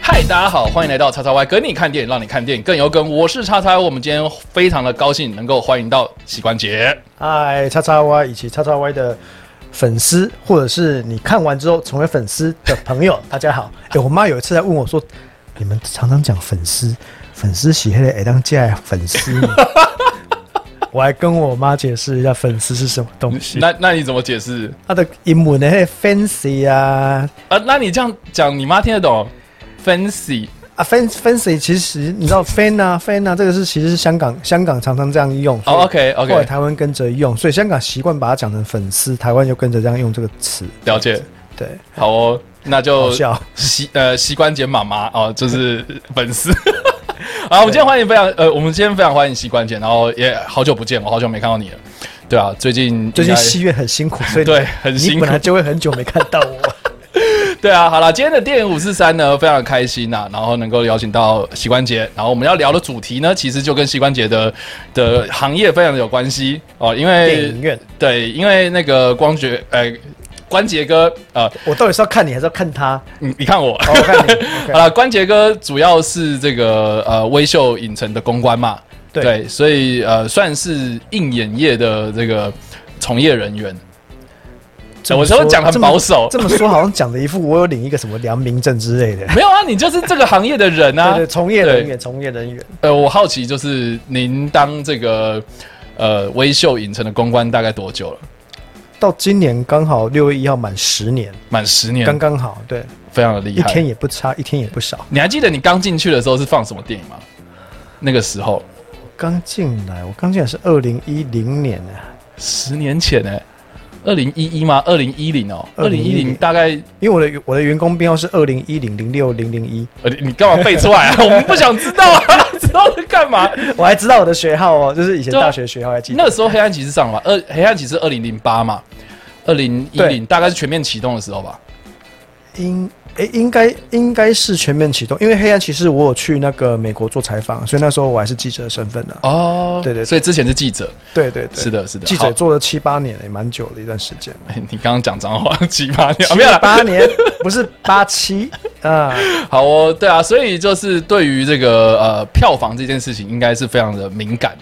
嗨，大家好，欢迎来到叉叉 Y 跟你看电影，让你看电影更有梗。我是叉叉 Y，我们今天非常的高兴能够欢迎到膝关节。嗨，叉叉 Y 以及叉叉 Y 的粉丝，或者是你看完之后成为粉丝的朋友， 大家好。哎、我妈有一次在问我说：“你们常常讲粉丝，粉丝喜黑的哎当家粉丝吗。” 我还跟我妈解释一下粉丝是什么东西。那那你怎么解释它的英文的那个 fancy 啊啊？那你这样讲，你妈听得懂？Fancy 啊 fan fancy，其实你知道 fan 啊 fan 啊，这个是其实是香港香港常常这样用。哦，OK，OK、后来台湾跟着用，所以香港习惯把它讲成粉丝，台湾就跟着这样用这个词。了解。对，好哦，那好就笑。膝呃膝关节妈妈哦，就是粉 丝。好，我们今天欢迎非常呃，我们今天非常欢迎膝关节，然后也好久不见，我好久没看到你了。对啊，最近最应近该戏院很 辛苦，所以对很辛你苦本来就会很久没看 到我。对啊，好了，今天的电影五四三呢，非常开心呐、然后能够邀请到膝关节，然后我们要聊的主题呢，其实就跟膝关节的的行业非常有关系哦，因电为影院，对，因为那个光觉呃关节哥呃，我到底是要看你还是要看 他？你你看我。哦，我看你。 好 OK，了，关节哥主要是这个呃微秀影城的公关嘛，对所以呃算是硬演业的这个从业人员。这么我说讲得这很么保守，这么说好像讲的一副我有领一个什么良民证之类的。没有啊，你就是这个行业的人啊， 对对，从业人员，从业人员。呃，我好奇就是您当这个呃微秀影城的公关大概多久了？到今年刚好六月一号满十年，满十年，刚刚好，对，非常的厉一害天。也不差，一天也不少。你还记得你刚进去的时候是放什么电影吗？那个时候我刚进来，我刚进来是二零一零年啊，十年前呢、二零一一吗？二零一零哦，二零一零2010大概因为我的我的员工编号是二零一零零六零零一，呃，你干嘛背出来啊？ 我们不想知道啊， 知道是干嘛？我还知道我的学号哦，就是以前对啊大学学号还记得。那时候黑暗骑士上了吧，二黑暗骑士二零零八嘛，二零一对零大概是全面启动的时候吧。应诶、应该应该是全面启动，因为黑暗骑士我有去那个美国做采访，所以那时候我还是记者的身份呢、哦，对对对所以之前是记者，对对对，是的，是的，记好者做了七八年，也蛮久的一段时间。哎 你刚刚讲脏话，七八年啊没有七啦。八年不是八七啊，好哦，对啊，所以就是对于这个呃票房这件事情，应该是非常的敏感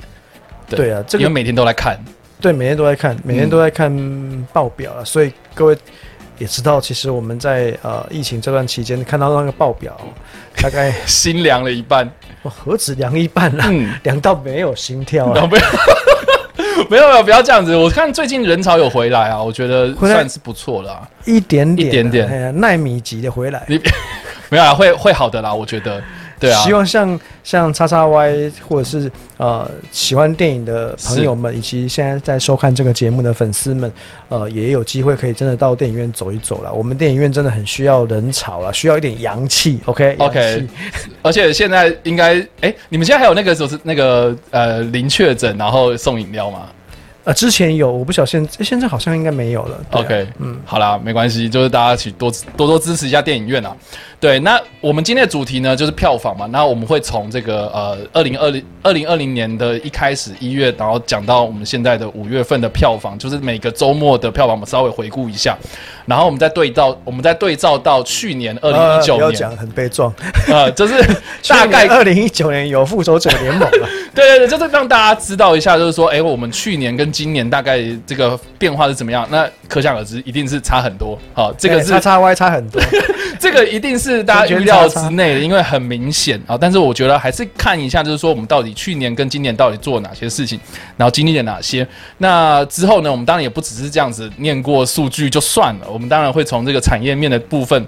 的。对啊这个因为每天都来看，对，每天都在看，每天都在看报表了，所以各位。也知道，其实我们在呃疫情这段期间看到那个报表，大概心凉了一 半。哇何止量一半啦、嗯，量到没有心跳啊然后了。不要。 没有没有，不要这样子。我看最近人潮有回来啊，我觉得回来算是不错啦。一点点啊，一点点哎呀，纳米级的回来。没有啦，会会好的啦，我觉得。对啊，希望像像叉叉 Y 或者是呃喜欢电影的朋友们，以及现在在收看这个节目的粉丝们，呃，也有机会可以真的到电影院走一走了。我们电影院真的很需要人潮啊了，需要一点阳气。OK OK 阳气而且现在应该，哎、你们现在还有那个就是那个呃零确诊，然后送饮料吗？呃，之前有，我不晓得现现在好像应该没有了。对啊 OK，嗯，好啦，没关系，就是大家去多多多支持一下电影院啊。对，那我们今天的主题呢就是票房嘛，那我们会从这个呃二零二零二零二零年的一开始一月，然后讲到我们现在的五月份的票房，就是每个周末的票房，我们稍微回顾一下，然后我们再对照，我们再对照到去年二零一呃不九要年，讲很悲壮，呃，就是 大概二零一九年有复仇者联盟啊了，对对对，就是让大家知道一下，就是说，哎，我们去年跟今年大概这个变化是怎么样？那可想而知，一定是差很多。好、 这个对是叉叉 Y 差 很多。这个一定是大家预料之内的，因为很明显啊。但是我觉得还是看一下，就是说我们到底去年跟今年到底做了哪些事情，然后经历了哪些。那之后呢，我们当然也不只是这样子念过数据就算了，我们当然会从这个产业面的部分。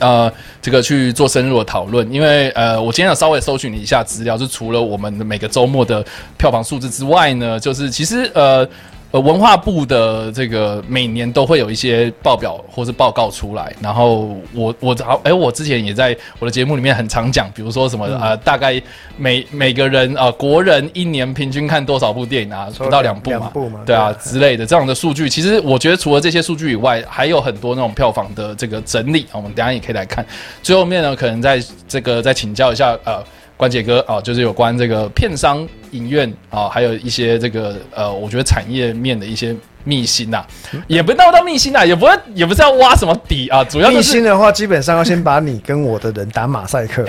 呃，这个去做深入的讨论，因为呃，我今天有稍微搜寻了一下资料，就除了我们每个周末的票房数字之外呢，就是其实呃呃文化部的这个每年都会有一些报表或是报告出来，然后我我好哎，我之前也在我的节目里面很常讲，比如说什么、呃，嗯大概每每个人呃国人一年平均看多少部电影啊，说不到两部嘛，两部嘛对啊对之类的这样的数据，其实我觉得除了这些数据以外，还有很多那种票房的这个整理，哦我们等一下也可以来看。最后面呢，可能在这个再请教一下呃关杰哥啊、就是有关这个片商、影院啊、还有一些这个呃，我觉得产业面的一些秘辛呐、也不到到秘辛呐、啊也不会也不是要挖什么底啊，主要就密是心的话，基本上要先把你跟我的人打马 赛克，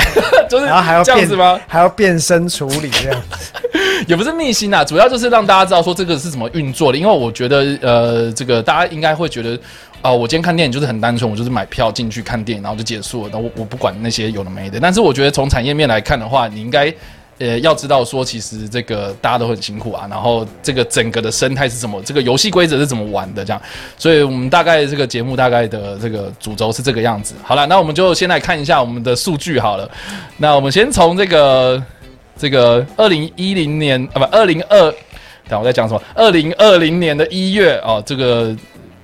就是然后还要这样变子吗？还要变身处理这样。 也不是秘辛啊，主要就是让大家知道说这个是怎么运作的。因为我觉得，呃，这个大家应该会觉得，啊、我今天看电影就是很单纯，我就是买票进去看电影，然后就结束了，然后我我不管那些有的没的。但是我觉得从产业面来看的话，你应该。呃，要知道说，其实这个大家都很辛苦啊，然后这个整个的生态是怎么，这个游戏规则是怎么玩的这样，所以我们大概这个节目大概的这个主轴是这个样子。好了，那我们就先来看一下我们的数据好了。那我们先从这个这个二零一零年啊，不，二零二，等我在讲什么？二零二零年的一月哦，这个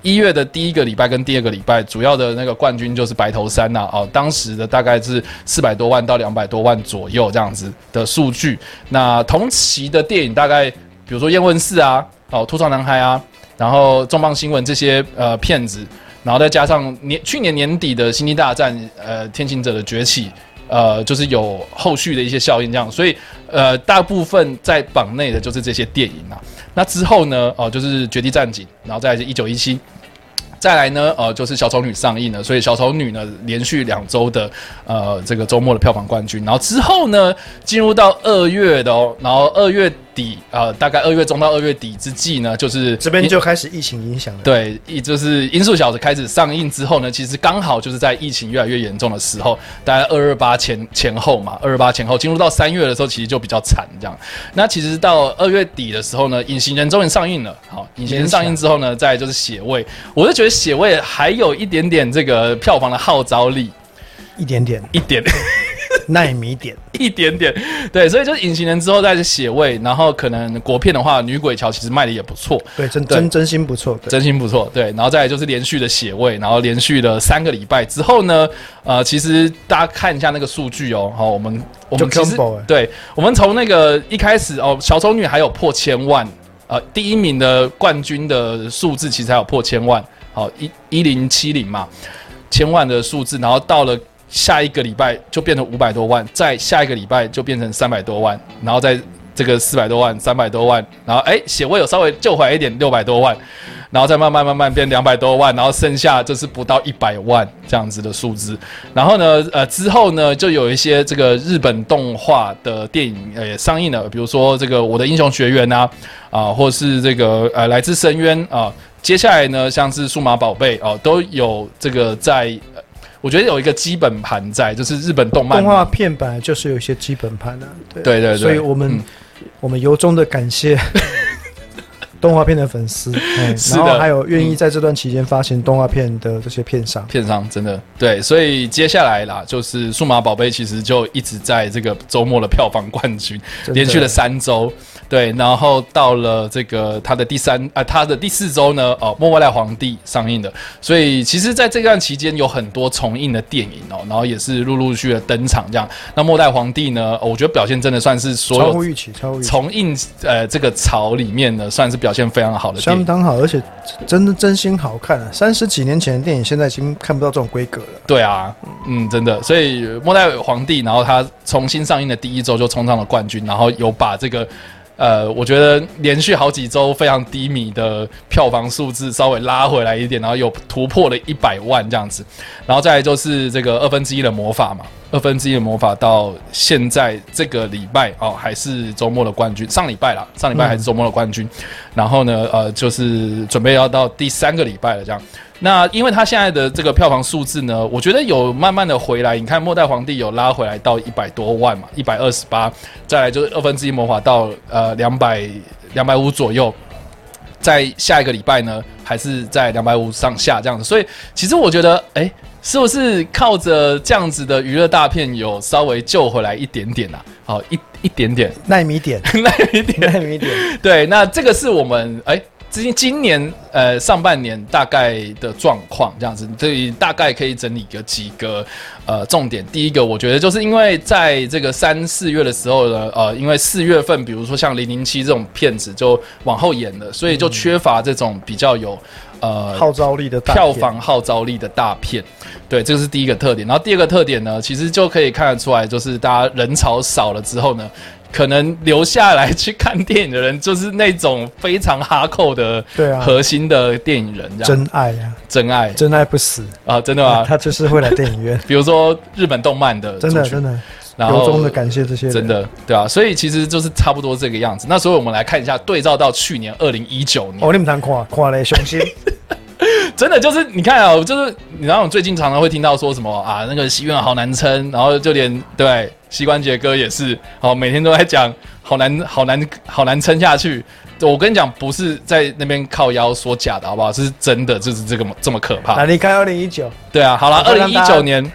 一月的第一个礼拜跟第二个礼拜，主要的那个冠军就是白头山呐、哦，当时的大概是四百多万到两百多万左右这样子的数据。那同期的电影大概，比如说《燕问四》啊，哦，《吐槽男孩》啊，然后《重磅新闻》这些呃片子。然后再加上年去年年底的《星际大战》，呃，《天行者的崛起》，呃，就是有后续的一些效应这样，所以呃，大部分在榜内的就是这些电影啊。那之后呢，哦、就是《绝地战警》，然后再来是《一九一七》。再来呢，呃，就是小丑女上映了，所以小丑女呢连续两周的呃这个周末的票房冠军。然后之后呢，进入到二月的哦，然后二月底呃，大概二月中到二月底之际呢，就是这边就开始疫情影响了。对，一就是《音速小子》开始上映之后呢，其实刚好就是在疫情越来越严重的时候，大概二二八前前后嘛，二二八前后进入到三月的时候，其实就比较惨这样。那其实到二月底的时候呢，《隐形人》终于上映了。好，《隐形人》上映之后呢，再来就是《血味》，我就觉得《血味》还有一点点这个票房的号召力，一 点点一点。耐米点，一点点，对，所以就是隐形人之后再是血味，然后可能国片的话，女鬼桥其实卖的也不错，对，真对真真心不错。对，真心不错，对。然后再来就是连续的血位，然后连续的三个礼拜之后呢，呃，其实大家看一下那个数据哦，好、我们我们就其实 combo 欸对，我们从那个一开始哦，小丑女还有破千万，呃，第一名的冠军的数字其实还有破千万，好一一零七零嘛，千万的数字，然后到了。下一个礼拜就变成五百多万，再下一个礼拜就变成三百多万，然后再这个四百多万、三百多万，然后哎，血位有稍微救回来一点，六百多万，然后再慢慢慢慢变两百多万，然后剩下就是不到一百万这样子的数字。然后呢，呃，之后呢，就有一些这个日本动画的电影呃也上映了，比如说这个《我的英雄学院》啊，啊、或是这个呃《来自深渊》啊、接下来呢，像是《数码宝贝》哦、都有这个在。呃我觉得有一个基本盘在，就是日本动漫动画片本来就是有一些基本盘的、啊，对对对对所以我们、嗯我们由衷的 感谢动画片的粉丝，哎是的然后还有愿意在这段期间发行动画片的这些片商。片商真的对，所以接下来啦，就是数码宝贝其实就一直在这个周末的票房冠军，真的连续了三周，对，然后到了这个它的第三啊、它的第四周呢，哦，《莫外来皇帝》上映的，所以其实在这段期间有很多重映的电影哦，然后也是陆陆续续的登场这样。那《末代皇帝》呢、哦我觉得表现真的算是所超乎有预期，超乎预期，重映呃这个潮里面呢，算是表现非常好的电相影。当好，而且真的真心好看啊！三十几年前的电影，现在已经看不到这种规格了。对啊，嗯，真的，所以《末代皇帝》，然后他重新上映的第一周就冲上了冠军，然后有把这个，呃，我觉得连续好几周非常低迷的票房数字稍微拉回来一点，然后有突破了一百万这样子，然后再来就是这个二分之一的魔法嘛，二分之一的魔法到现在这个礼拜哦还是周末的冠军，上礼拜啦，上礼拜还是周末的冠军，然后呢，呃，就是准备要到第三个礼拜了这样。那因为它现在的这个票房数字呢，我觉得有慢慢的回来。你看《末代皇帝》有拉回来到一百多万嘛，一百二十八，再来就是二分之一魔法到呃两百两百五左右，在下一个礼拜呢还是在两百五上下这样子。所以其实我觉得，哎、是不是靠着这样子的娱乐大片有稍微救回来一点点啊？好，一一点点， 纳米点，那一点。纳米点，对，那这个是我们哎，今今年呃上半年大概的状况这样子，所以大概可以整理个几个呃重点。第一个，我觉得就是因为在这个三四月的时候呢，呃，因为四月份比如说像零零七这种片子就往后延了，所以就缺乏这种比较有呃号召力的大票片房号召力的大片，对，这个是第一个特点。然后第二个特点呢，其实就可以看得出来，就是大家人潮少了之后呢，可能留下来去看电影的人，就是那种非常哈扣的对啊，核心的电影人，这样真爱啊，真爱真爱不死啊，真的吗？ 他就是会来电 ，影院比如说日本动漫的真族的群真的，然由后衷的感谢这些人，真的对啊，所以其实就是差不多这个样子。那所以我们来看一下，对照到去年二零一九年，哦，你们常看看嘞，雄 心真的就是你看啊，就是你然后最近常常会听到说什么啊，那个西院好难撑，然后就连对膝关节哥也是，哦，每天都在讲好难好难好难撑下去。我跟你讲，不是在那边靠腰说假的，好不好？是真的，就是这个这么可怕哪。里看二零一九？对啊，好了，我二就零让一大家九年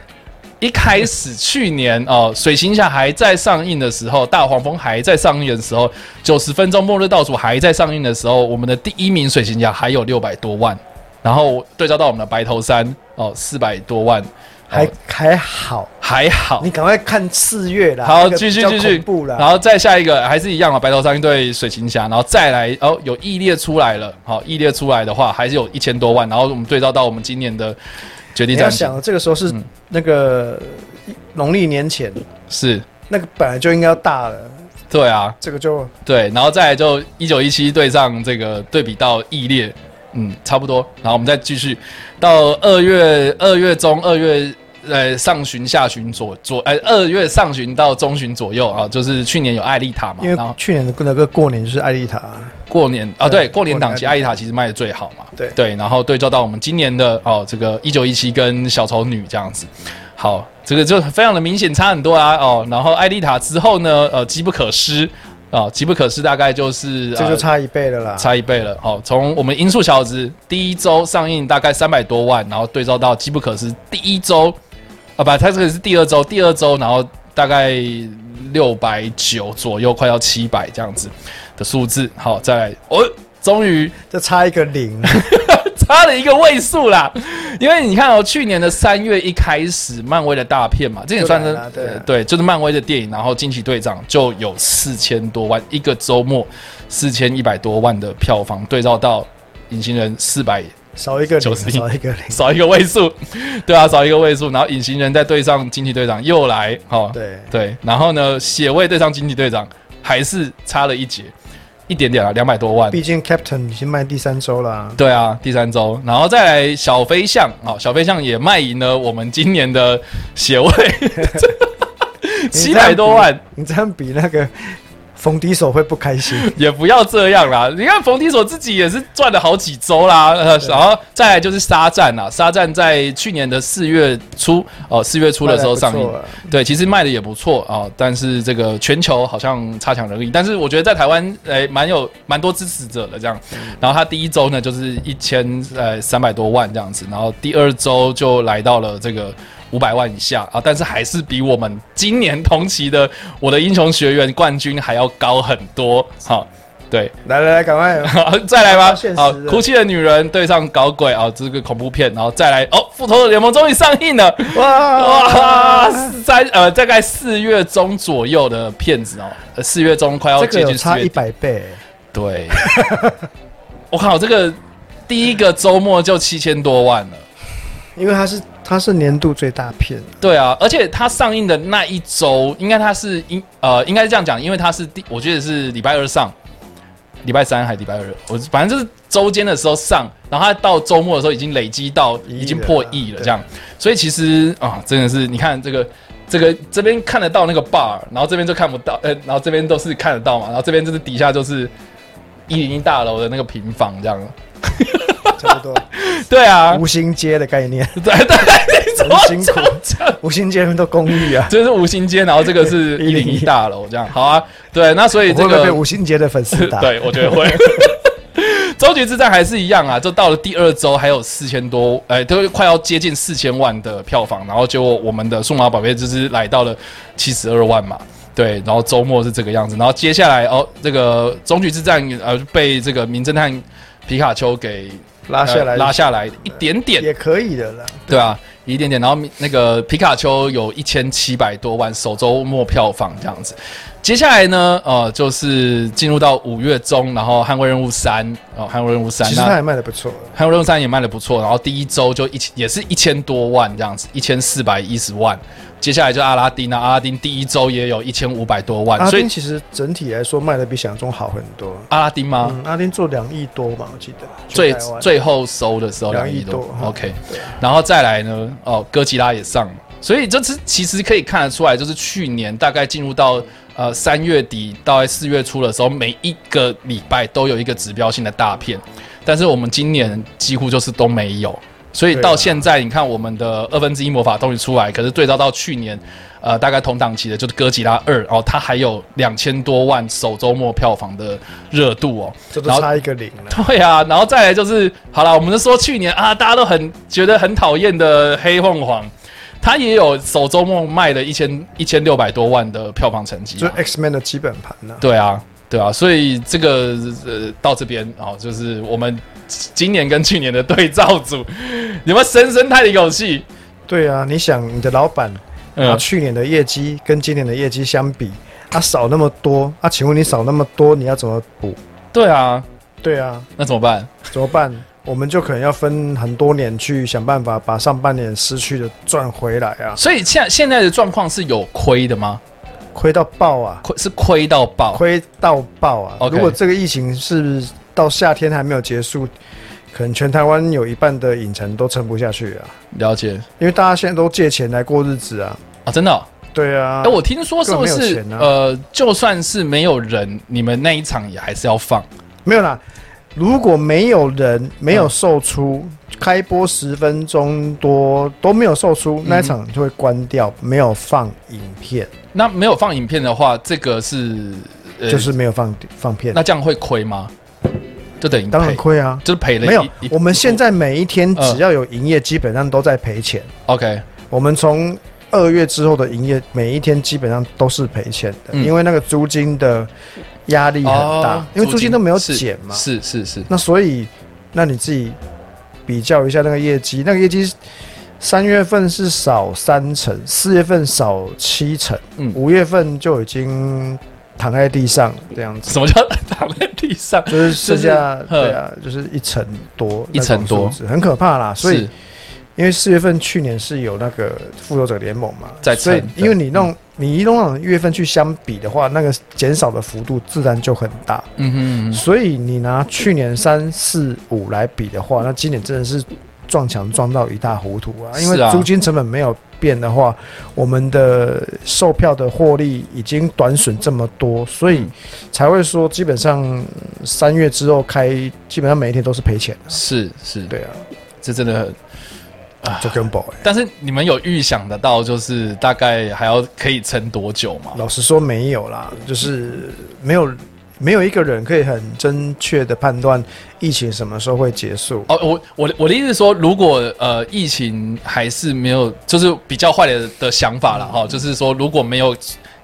一开始，去年哦，水行侠还在上映的时候，大黄蜂还在上映的时候，九十分钟末日倒数还在上映的时候，我们的第一名水行侠还有六百多万，然后对照到我们的白头山哦，四百多万，还哦还好，还好你。赶快看四月啦，哦好，那个继续比较继续恐怖，啦，然后再下一个还是一样啊，白头山对水行侠，然后再来哦，有异列出来了，好、异列出来的话还是有一千多万，然后我们对照到我们今年的绝地你要战警想，这个时候是嗯那个农历年前，是，那个本来就应该要大了，对啊，这个就对，然后再来就一九一七对上这个对比到异列，嗯，差不多。然后我们再继续到二月二月中二月呃上旬下旬左左呃二月上旬到中旬左右啊，就是去年有艾丽塔嘛，因然后为去年的那个过年就是艾丽塔，过年啊对对，过年档期过年艾丽塔其实卖的最好嘛，对对，然后对照到我们今年的哦这个一九一七跟小丑女这样子。好，这个就非常的明显差很多啊哦，然后艾丽塔之后呢，呃，机不可失啊、机不可失大概就是这呃就差一倍了啦。差一倍了。好、从我们《音速小子》第一周上映大概三百多万，然后对照到《机不可失》第一周，啊不，它这个是第二周，第二周然后大概六百九左右，快要七百这样子的数字。好、再来，哦，终于这差一个 零，差了一个位数啦。因为你看哦，去年的三月一开始，漫威的大片嘛，这也算是对啊对啊呃对，就是漫威的电影，然后惊奇队长就有四千多万，一个周末四千一百多万的票房，对照到隐形人四百少一个零， 91少一个零，少一个位数， 对啊，少一个位数，然后隐形人再对上惊奇队长又来，哦，对，对，然后呢，血卫对上惊奇队长还是差了一截，一点点啊，两百多万，毕竟 Captain 已经卖第三周啦，对啊，第三周，然后再来小飞象啊、哦小飞象也卖赢了我们今年的血 位，七百多万，你这样比那个冯迪手会不 开心，也不要这样啦。你看冯提索自己也是赚了好几周啦，呃，然后再来就是沙战啦，沙战在去年的四月初哦，四、月初的时候上卖得映不错，了啊对，其实卖的也不错啊、哦但是这个全球好像差强人意，但是我觉得在台湾诶蛮有蛮多支持者的这样。然后它第一周呢就是一千呃三百多万这样子，然后第二周就来到了这个五百万以下啊，但是还是比我们今年同期的《我的英雄学院》冠军还要高很多。好、对， 来来来，赶 快，好，再来吧好现。实好，的哭泣的女人对上搞鬼啊、这个恐怖片，然后再来哦，《复仇者联盟》终于上映 了。哇哇，三呃，大概四月中左右的片子哦，呃四月中快要这个接有近四差月一底，百倍，对， 我靠，这个第一个周末就七千多万了，因为它是它是年度最大 片，对啊，而且它上映的那一周，应该它是应呃，应该是这样讲，因为它是第，我记得是礼拜二上，礼拜三还是礼拜二，我反正就是周间的时候上，然后它到周末的时候已经累积到一亿了已经破亿了对这样，所以其实啊，真的是你看这个。这个这边看得到那个 bar，然后这边就看不到，呃，然后这边都是看得到嘛，然后这边就是底下就是一零一大楼的那个平房这样，差不多对啊，无心街的概念， 对对，你怎么辛苦这样无心街人都公寓啊，这是五星街，然后这个 是一零一大楼，这样好啊。对，那所以我这会不会被个五心街的粉丝打？对，我觉得会。 终局之战还是一样啊，就到了第二周还有四千多，哎，都快要接近四千万的票房，然后结果我们的数码宝贝就是来到了七十二万嘛，对，然后周末是这个样子，然后接下来哦，这个终局之战呃被这个名侦探皮卡丘给 拉下呃来拉下来一点点，也可以的啦。对啊，一点点，然后那个皮卡丘有一千七百多万首周末票房这样子。接下来呢，呃，就是进入到五月中，然后《捍卫任务三》哦，《捍卫任务三》其实那它也卖的不错。 《还有任务三》也卖的不错，然后第一周就一千也是一千多万这样子，一千四百一十万。接下来就阿拉丁啊，阿拉丁第一周也有一千五百多万，阿所以丁其实整体来说卖的比想象中好很多。阿拉丁吗？嗯，阿丁做两亿多嘛，我记得。最全台湾最后收的时候两两亿亿多多嗯，OK，然后再来呢，哦，哥吉拉也上了，所以这次其实可以看得出来，就是去年大概进入到呃三月底到四月初的时候，每一个礼拜都有一个指标性的大片，但是我们今年几乎就是都没有，所以对啊到现在你看我们的二分之一魔法终于出来，可是对照到去年。呃，大概同档期的就是《哥吉拉二》，哦，它还有两千多万首周末票房的热度哦，这都然后差一个零了。 对啊，然后再来就是，好了，我们就说去年啊，大家都很觉得很讨厌的黑凤凰，它也有首周末卖了一千一千六百多万的票房成绩就啊、 X Man 的基本盘呢、对啊，对啊，所以这个呃到这边哦，就是我们今年跟去年的对照组， 你们深深叹了一口气，对啊，你想你的老板拿嗯，去年的业绩跟今年的业绩相比，啊少那么多，啊请问你少那么多，你要怎么补？对啊，对啊，那怎么办？怎么办？我们就可能要分很多年去想办法把上半年失去的赚回来啊，所以现现在的状况是有亏的吗？亏到爆啊，亏是亏到爆，亏到爆啊 OK 如果这个疫情是到夏天还没有结束，可能全台湾有一半的影城都撑不下去啊，了解因为大家现在都借钱来过日子啊。啊，真的哦、对啊，哎、我听说是不根本没有是、钱啊呃，就算是没有人，你们那一场也还是要放没有啦。如果没有人没有售出，开播十分钟多都没有售出，那一场就会关掉，没有放影片，那没有放影片的话，这个是呃，就是没有放放片，那这样会亏吗？就等于当然赔，亏啊。就是赔了一。没有一，我们现在每一天嗯只要有营业，基本上都在赔钱。 OK 我们从二月之后的营业，每一天基本上都是赔钱的，嗯因为那个租金的压力很大，哦因为租金都没有是减嘛。是是是，那所以，那你自己比较一下那个业绩，那个业绩三月份是少三成，四月份少七成，嗯五月份就已经躺在地上这样子，什么叫躺在地 上？就是剩下、呵对啊，就是一成多，一成多，很可怕啦。所以是因为四月份去年是有那个复仇者联盟嘛，在撑所以对嗯因为你弄、你一弄那种月份去相比的话，那个减少的幅度自然就很大。嗯哼嗯哼所以你拿去年三四五来比的话，那今年真的是撞墙撞到一塌糊涂啊！因为是啊租金成本没有变的话，我们的售票的获利已经短损这么多，所以嗯才会说基本上三月之后开，基本上每一天都是赔钱的。是是，对啊，这真的很。就跟保、欸。但是你们有预想得到，就是大概还要可以撑多久吗？老实说没有啦，就是没有没有一个人可以很正确的判断疫情什么时候会结束。哦，我我的我的意思是说，如果呃疫情还是没有，就是比较坏的的想法嗯了哈、就是说如果没有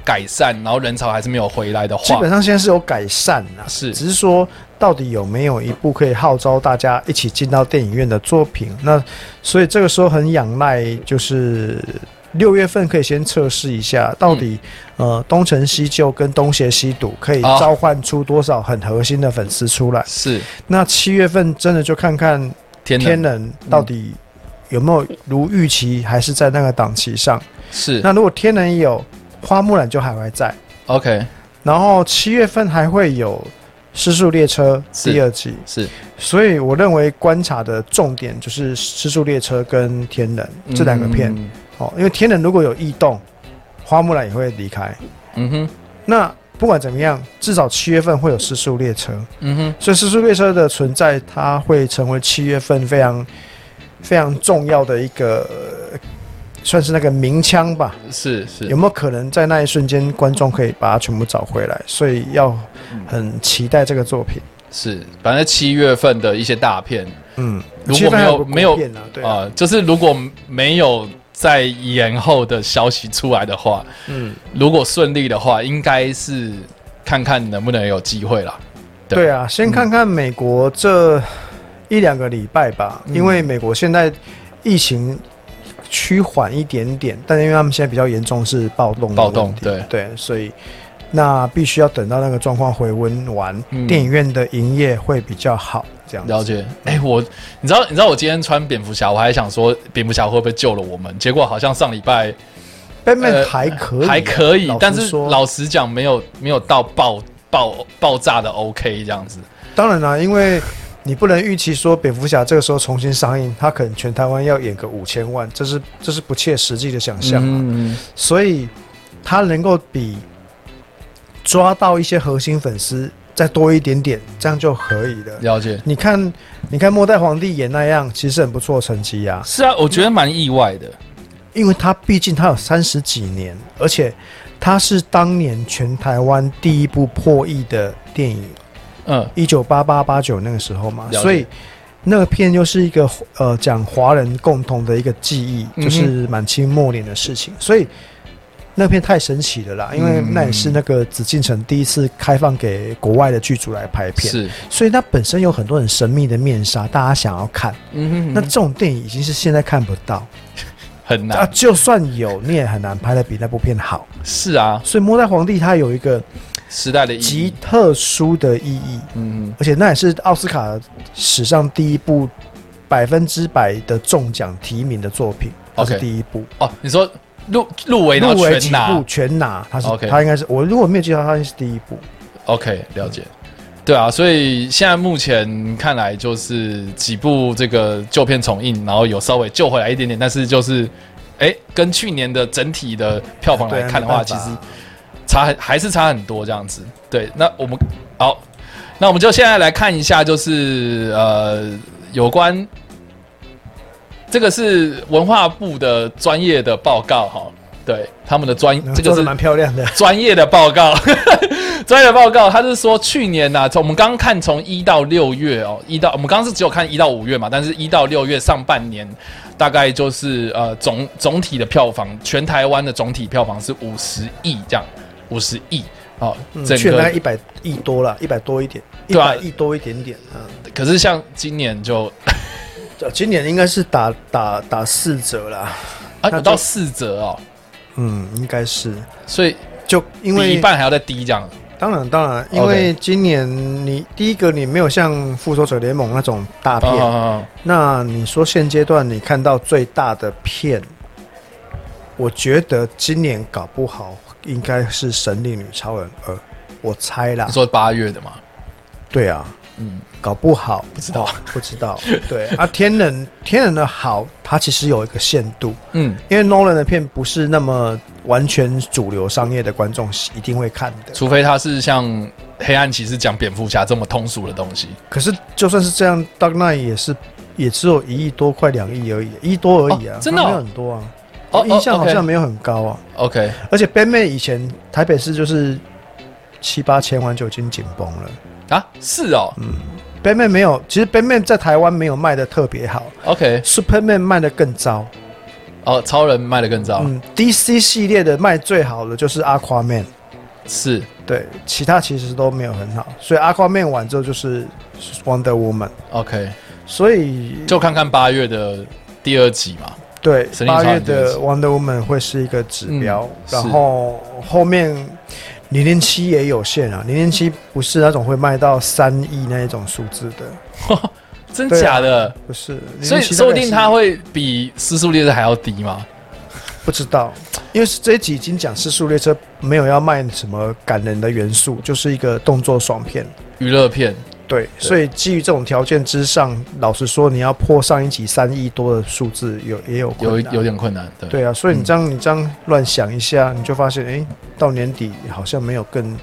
改善，然后人潮还是没有回来的基话本，上现在是有改善啦，是只是说到底有没有一部可以号召大家一起进到电影院的作品？那所以这个时候很仰赖就是。六月份可以先测试一下，到底、嗯呃东成西就跟东邪西毒可以哦召唤出多少很核心的粉丝出来？是那七月份真的就看看天天冷嗯人到底有没有如预期，还是在那个档期上？是那如果天人有，花木兰就还会在。 OK 然后七月份还会有《失速列车》是第二季，是所以我认为观察的重点就是《失速列车》跟《天人》这两个片、嗯哦，因为《天人》如果有异动，花木兰也会离开。嗯哼那不管怎么样，至少七月份会有《失速列车》。嗯哼所以时速列车的存在，它会成为七月份非常非常重要的一个，呃算是那个鸣枪吧。是是有没有可能在那一瞬间，观众可以把它全部找回来？所以要很期待这个作品。是，反正七月份的一些大片嗯，如果七月份还没有个没有国片啊，对啊，啊、就是如果没有在延后的消息出来的话，嗯，如果顺利的话，应该是看看能不能有机会啦。对对啊，先看看美国这一两个礼拜吧，嗯因为美国现在疫情趋缓一点点，但因为他们现在比较严重是暴动的暴动问题对对，所以那必须要等到那个状况回温完，嗯电影院的营业会比较好，这样子了解，哎、我你知道，你知道我今天穿蝙蝠侠，我还想说蝙蝠侠会不会救了我们？结果好像上礼拜 Batman 呃还可以、啊还可以老，实但是说老实讲，没有没有到爆爆爆炸的 OK 这样子。当然啦、因为你不能预期说蝙蝠侠这个时候重新上映，他可能全台湾要演个五千万，这是这是不切实际的想象、啊。嗯，所以他能够比抓到一些核心粉丝再多一点点，这样就可以了。了解。你看，你看末代皇帝演那样，其实很不错的成绩呀、啊，是啊，我觉得蛮意外的。因为他毕竟他有三十几年，而且他是当年全台湾第一部破亿的电影。嗯，一九八八八九那个时候嘛了，解所以那个片又是一个呃讲华人共同的一个记忆，嗯哼就是满清末年的事情，所以那片太神奇了啦，因为嗯那也是那个紫禁城第一次开放给国外的剧组来拍片，是，所以它本身有很多很神秘的面纱，大家想要看，嗯哼，那那这种电影已经是现在看不到很啊，难。就算有你也很难拍的比那部片好，是啊，所以《末代皇帝》它有一个时代的意极义。特殊的意义，嗯而且那也是奥斯卡史上第一部百分之百的中奖提名的作品，它是 OK 第一部哼，哦，你说入入围然入后围几全拿部全拿，它是 OK 它应该是我如果没有记错，它应该是第一部。 ，OK，了解。对啊，所以现在目前看来就是几部这个旧片重映，然后有稍微救回来一点点，但是就是，哎，跟去年的整体的票房对来啊看的没话，办其法实差很还是差很多这样子。对，那我们好，那我们就现在来看一下，就是呃，有关这个是文化部的专业的报告哈，对他们的专嗯这做个的是蛮漂亮的，专业的报告， 专业的报告，他是说去年呐、从我们刚刚看从一到六月哦，一到我们刚刚是只有看一到五月嘛，但是一到六月上半年大概就是呃总总体的票房，全台湾的总体票房是五十亿这样，五十亿哦，嗯整去年大概个一百亿多了，一百多一点，一对啊百亿多一点点。嗯，可是像今年就呃今年应该是打打打四折啦，啊就有到四折哦，嗯，应该是所以就因比一为半还要再低这样，当然当然，因 OK 为今年你第一个你没有像《复仇者联盟》那种大片。嗯，那你说现阶段你看到最大的片，我觉得今年搞不好应该是《神力女超人二》，我猜啦你。说八月的嘛，对啊，嗯，搞不好不知道，不知道。对啊，天人天人的好，它其实有一个限度，嗯，因为 Nolan 的片不是那么完全主流商业的观众一定会看的。除非他是像黑暗骑士讲蝙蝠侠这么通俗的东西。可是就算是这样，Dark Knight 也是也只有一亿多，快两亿而已，一亿多而已啊，哦真的哦它没有很多啊。哦我印象好像没没有很高啊。 OK，而且 Batman 以前台北市就是七八千万就已经紧绷了。啊，是哦、 Batman 没有，其实 Batman 在台湾没有卖的特别好 o k ，Superman 卖的更糟。哦，超人卖的更糟，嗯，DC 系列的卖最好的就是 Aquaman，是对，其他其实都没有很好。所以 Aquaman 完之后就是 Wonder Woman， OK，所以就看看八月的第二集嘛，对神力八超月人的 Wonder Woman 会是一个指标，嗯然是后后面零零七也有限啊，零零七不是那种会卖到三亿那一种数字的。真对啊假的？不是，所以007说不定大概它是会比《失速列车》还要低嘛？不知道，因为这一集已经讲《失速列车》没有要卖什么感人的元素，就是一个动作爽片。娱乐片对，所以基于这种条件之上，老实说，你要破上一集三亿多的数字，有也有有困难有嗯点困难，对，对啊，所以你这样、你这样乱想一下，你就发现，哎、到年底好像没有更，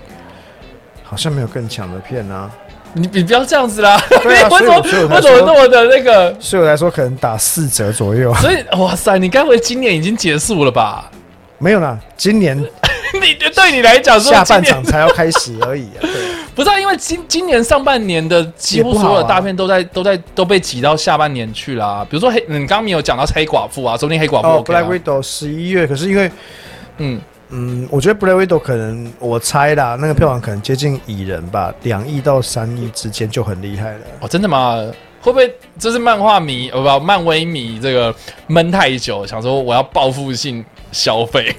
好像没有更强的片啊。你你不要这样子啦，对啊，为所什以么我所以我为什么那么才说，的那个？所以我来说可能打四折左右。所以哇塞，你该不会今年已经结束了吧？ 没有啦，今年你对你来讲说下今半年场才要开始而已、啊。对啊不是、啊、因为今今年上半年的几乎也不好啊所有的大片都在、都在都被挤到下半年去啦、比如说黑，你刚刚没有讲到黑寡妇啊，说不定黑寡妇哦 OK 啊、 ，Black Widow 十一月，可是因为嗯，嗯，我觉得 Black Widow 可能我猜啦， 那个票房可能接近蚁人吧，两亿到三亿之间就很厉害了。哦，真的吗？会不会就是漫画迷呃不漫威迷这个闷太久，想说我要报复性消费，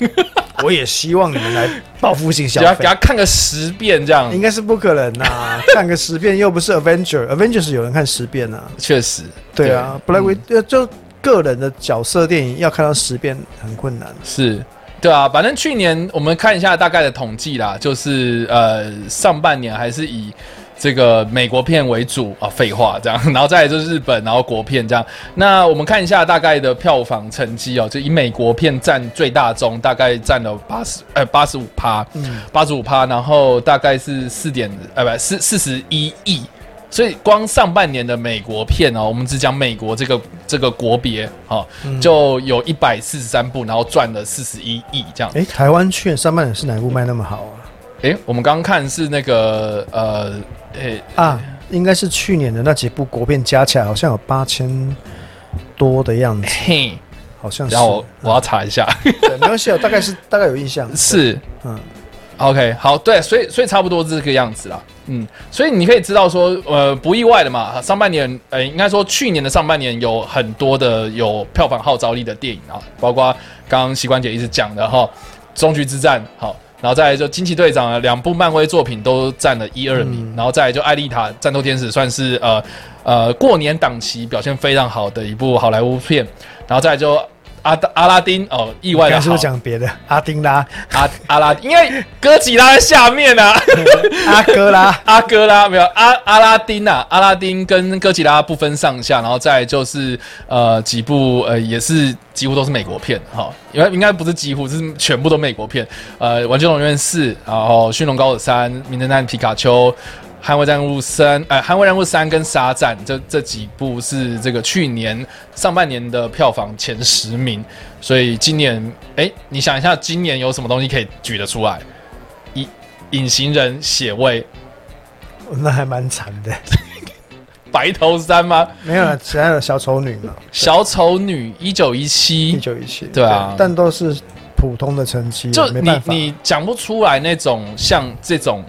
我也希望你们来报复性 消给他给费哎他。看个十遍这样应，该是不可能呐、看个十遍又不是 Avenger，Avengers 有人看十遍呐、确实对啊，Black Widow、呃就个人的角色电影要看到十遍很困难。是，对啊，反正去年我们看一下大概的统计啦，就是呃上半年还是以这个美国片为主啊，废话这样， 然后再来就是日本，然后国片这样。那我们看一下大概的票房成绩哦，就以美国片占最大宗，大概占了八十呃八十五趴，八十五趴，然后大概是四点呃不四四十一亿。所以光上半年的美国片哦，我们只讲美国这个这个国别哦，就有一百四十三部，然后赚了四十一亿这样。哎、台湾去年上半年是哪一部卖那么好啊？诶、我们刚刚看是那个呃，诶、啊，应该是去年的那几部国片加起来好像有八千多的样子，嘿，好像是。然后我我要查一下，对没关系，啊我 大概是大概有印象。是嗯， OK，好，对，所以所以差不多是这个样子啦，嗯，所以你可以知道说，呃，不意外的嘛，上半年，呃，应该说去年的上半年有很多的有票房号召力的电影啊，包括刚刚膝关节一直讲的哈，《终局之战》好，然后再来就《惊奇队长》啊两部漫威作品都占了一二嗯名，然后再来就《艾丽塔：战斗天使》算是呃呃过年档期表现非常好的一部好莱坞片，然后再来就阿达阿拉丁哦，意外刚的才是好不是讲别的？阿丁啦， 阿阿拉，因为哥吉拉在下面啊。阿哥啦，阿哥拉没有阿阿拉丁啊，阿拉丁跟哥吉拉不分上下，然后再来就是呃几部呃也是几乎都是美国片哈，因为应该不是几乎，是全部都美国片，呃《玩具总动员四》，然后《驯啊哦龙高手三》，《名侦探皮卡丘》。《捍卫战务三》呃，《捍卫战务三》跟《沙战》这这几部是这个去年上半年的票房前十名，所以今年，哎，你想一下，今年有什么东西可以举得出来？隐隐形人、血位、那还蛮惨的。白头山吗？没有了，其他的小丑女 嘛，小丑女一九一一七，九一七，对啊但都是普通的成绩，啊就没你办法。你讲不出来那种像这种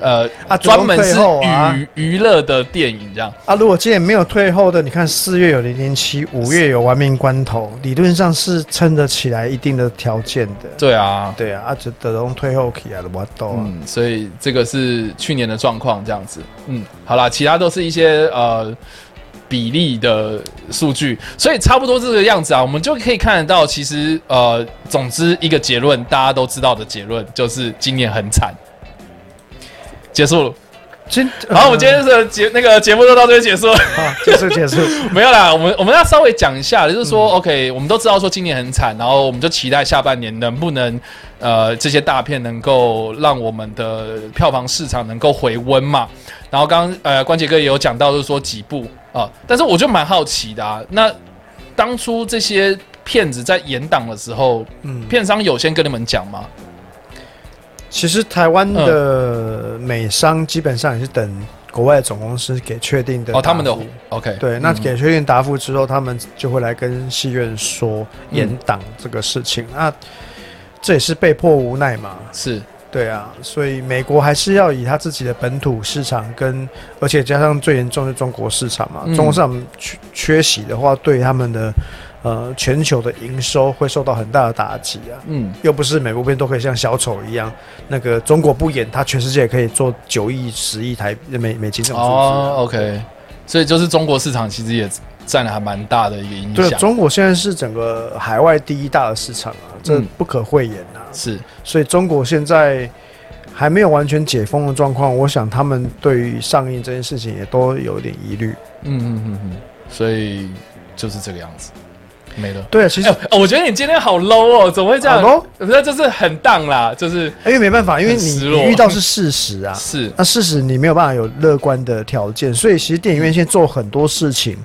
呃啊专门主是动退后啊娱娱乐的电影这样，啊，如果今年没有退后的，你看四月有零零七，五月有亡命关头，理论上是撑得起来一定的条件的。对啊，对啊，啊，就得用退后起来了，我懂啊。嗯，所以这个是去年的状况这样子，嗯，好啦，其他都是一些呃。比例的数据，所以差不多这个样子啊，我们就可以看得到，其实呃，总之一个结论，大家都知道的结论就是今年很惨，结束了。今呃好，我们今 天的节那个节目就到这边结束了。啊，结束结束， 没有啦，我们我们要稍微讲一下，就是说、o k 我们都知道说今年很惨，然后我们就期待下半年能不能，呃，这些大片能够让我们的票房市场能够回温嘛。然后刚刚呃关杰哥也有讲到，就是说几部啊、但是我就蛮好奇的啊，那当初这些片子在延档的时候，嗯，片商有先跟你们讲吗？其实台湾的美商基本上也是等国外的总公司给确定的哦，他们的嗯答复 OK，对，那给确定答复之后，他们就会来跟戏院说嗯延档这个事情。那这也是被迫无奈嘛，是对啊，所以美国还是要以他自己的本土市场跟，而且加上最严重是中国市场嘛，嗯中国市场缺缺席的话，对他们的呃全球的营收会受到很大的打击啊。嗯又不是美国片都可以像小丑一样，那个中国不演，他全世界可以做九亿、十亿台美美金这种数字啊、哦，OK，所以就是中国市场其实也占了还蛮大的一个影对，响，中国现在是整个海外第一大的市场啊，嗯这不可讳言啊。是所以中国现在还没有完全解封的状况，我想他们对于上映这件事情也都有一点疑虑。嗯嗯嗯嗯，所以就是这个样子，没了。对啊，其实、哎、哦我觉得你今天好 low 哦，怎么会这样好 low？那就是很荡啦，就是因为没办法，因为很你失落你遇到是事实啊。是那事实你没有办法有乐观的条件，所以其实电影院现在做很多事情，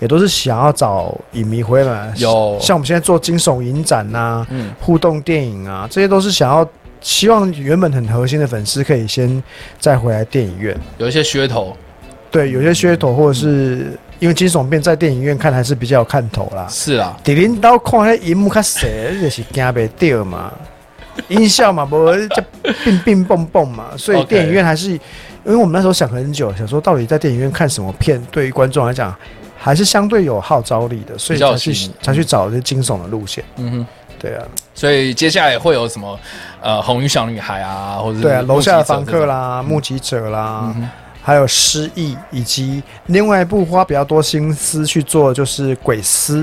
也都是想要找影迷回来。有像我们现在做惊悚影展呐、嗯互动电影啊，这些都是想要希望原本很核心的粉丝可以先再回来电影院。有一些噱头对，有些噱头或者是因为惊悚片在电影院看还是比较有看头啦。是啦，伫恁兜看迄荧幕较细，你就是惊袂 掉嘛。音效嘛，无这蹦蹦蹦蹦嘛，所以 OK 电影院还是因为我们那时候想很久，想说到底在电影院看什么片，对于观众来讲还是相对有号召力的，所以比较有才去吸引力才去找这惊悚的路线。嗯哼，对啊，所以接下来会有什么呃红衣小女孩啊，或者是对啊，楼目下的击者房这客种，啦、啊目击者啦，嗯还有失忆，以及另外一部花比较多心思去做的就是《鬼丝》，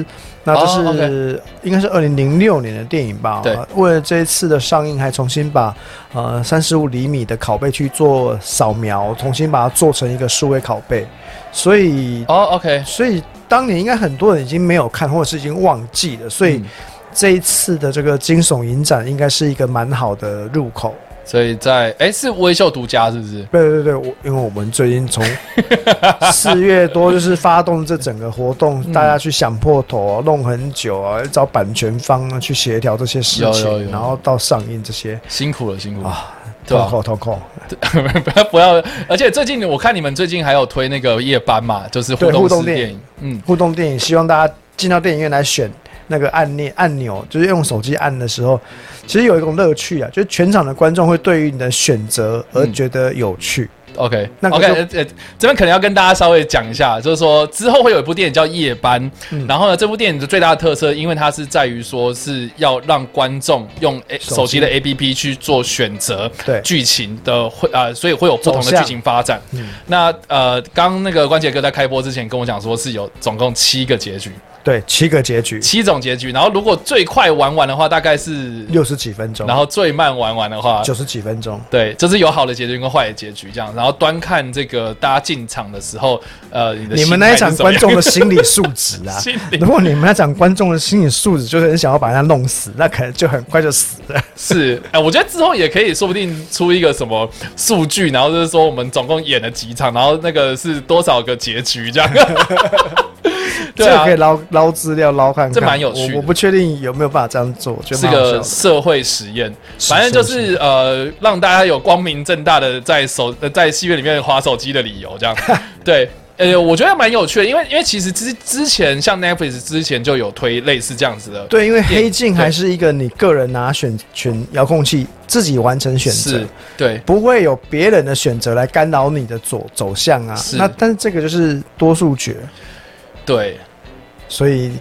那这哦是、应该是二零零六年的电影吧？对为了这一次的上映，还重新把呃三十五厘米的拷贝去做扫描，重新把它做成一个数位拷贝，所以哦，OK，所以当年应该很多人已经没有看，或者是已经忘记了，所以嗯这一次的这个惊悚影展应该是一个蛮好的入口。所以在哎是微秀独家是不是？对对对，我因为我们最 近从四月多就是发动这整个活动，嗯大家去想破头、啊，弄很久啊，找版权方啊去协调这些事情，有有有然后到上映这些辛苦了，辛苦了，啊，对痛吧？苦痛苦， 不要不要，而且最近我看你们最近还有推那个夜班嘛，就是互对动互动式电影电影，嗯，互动电影，希望大家进到电影院来选那个按钮按钮，就是用手机按的时候，其实有一种乐趣啊，就是全场的观众会对于你的选择而嗯觉得有趣。 OK，那个 OK，就呃呃，这边可能要跟大家稍微讲一下，就是说之后会有一部电影叫《夜班》，嗯然后呢，这部电影的最大的特色，因为它是在于说是要让观众用 A 手机手机的 APP 去做选择对剧情的会啊、所以会有不同的走向剧情发展。嗯那呃，刚那个关杰哥在开播之前跟我讲说是有总共七个结局，对，七个结局，七种结局，然后如果最快玩完的话，大概是六十几分钟，然后最慢玩完的话九十几分钟。对，就是有好的结局跟坏的结局这样，然后端看这个大家进场的时候，呃，你的你心们态那一是场怎么观样众的心理素质啊，心如里果你们那场观众的心理素质就是很想要把人家弄死，那可能就很快就死了。是，哎、我觉得之后也可以，说不定出一个什么数据，然后就是说我们总共演了几场，然后那个是多少个结局这样。 对这个啊可以，捞捞资料捞看看，这蛮有趣的我我不确定有没有办法这样做，我觉得是蛮好笑个的社会实验，是反正就社会是呃，让大家有光明正大的在手呃在戏院里面划手机的理由， 这样对。呃，我觉得蛮有趣的，因为因为其实之之前像 Netflix 之前就有推类似这样子的对，因为黑镜对还是一个你个人拿选选遥控器自己完成选择是，，对，不会有别人的选择来干扰你的走走向啊是。那但是这个就是多数决，对，所以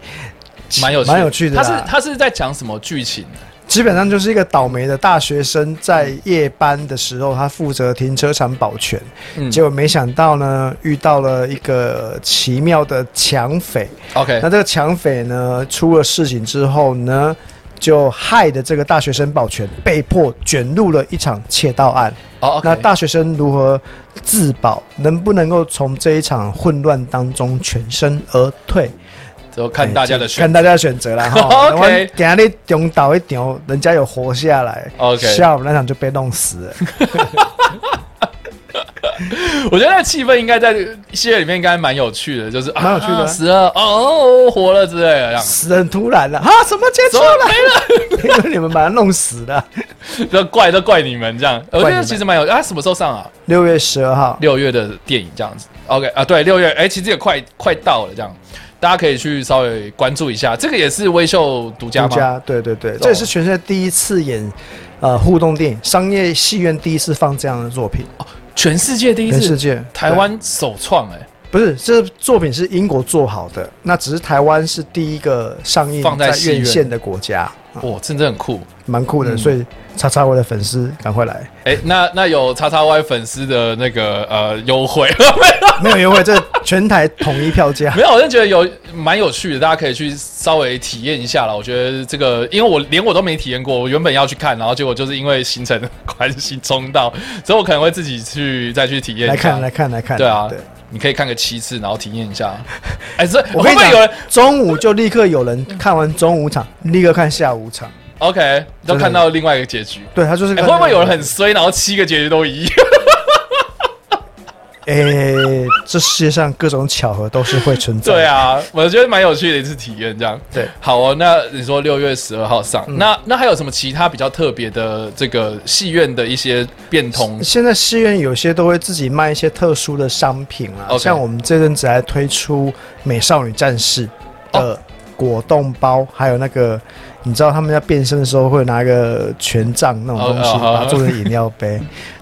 蛮有趣蛮有趣的他啊。是他是在讲什么剧情？啊基本上就是一个倒霉的大学生，在夜班的时候，他负责停车场保全，嗯结果没想到呢，遇到了一个奇妙的抢匪。 ，OK，那这个抢匪呢，出了事情之后呢，就害得这个大学生保全被迫卷入了一场窃盗案。哦，OK，那大学生如何自保，能不能够从这一场混乱当中全身而退？就看大家的哎看选大家的选 择啦。哈 OK 给他那中倒一丢，人家有活下来。 OK 下午那场就被弄死 了。我觉得那气氛应该在戏院里面应该蛮有趣的，就是蛮有趣的啊十二哦活了之类的这样。死得很突然了啊！什么结束怎么了？没了？ 因为你们把他弄死了。都怪都怪你们这样，我觉怪你得们其实蛮有。啊，什么时候上啊？六月十二号，六月的电影这样子。OK 啊，对，六月，哎、其实也快快到了，这样大家可以去稍微关注一下。这个也是微秀独家独吗？家，对对哦对，这也是全世界第一次演呃互动电影，商业戏院第一次放这样的作品，全世界哦第一全世次，界台湾首创，哎，对不是这作品是英国做好的，那只是台湾是第一个上映放在戏院院线的国家，啊哇，真的很酷。蛮酷的。嗯所以叉叉我的粉丝赶快来，哎、那那有叉叉 Y 粉丝的那个呃优惠 没有优惠，这全台统一票价没。有？我就觉得有蛮有趣的，大家可以去稍微体验一下啦。我觉得这个，因为我连我都没体验过，我原本要去看，然后结果就是因为行程的 关系冲到，所以我可能会自己去再去体验一下。来看来看来看，对啊对，你可以看个七次，然后体验一下。 哎、这我会跟不你会有人讲，中午就立刻有人看完中午场，立刻看下午场。 OK 都真的看到另外一个结局？对他就是哎、看会不会有人很衰，然后七个结局都一样？诶、哎这世界上各种巧合都是会存在。对，啊，我觉得蛮有趣的一次体验。这样对，嗯好哦，那你说六月十二号上，那那还有什么其他比较特别的这个戏院的一些变通？现在戏院有些都会自己卖一些特殊的商品啊 OK 像我们这阵子还推出美少女战士哦的果冻包，还有那个你知道他们在变身的时候会拿一个权杖那种东西哦哦哦 把它做成饮料杯，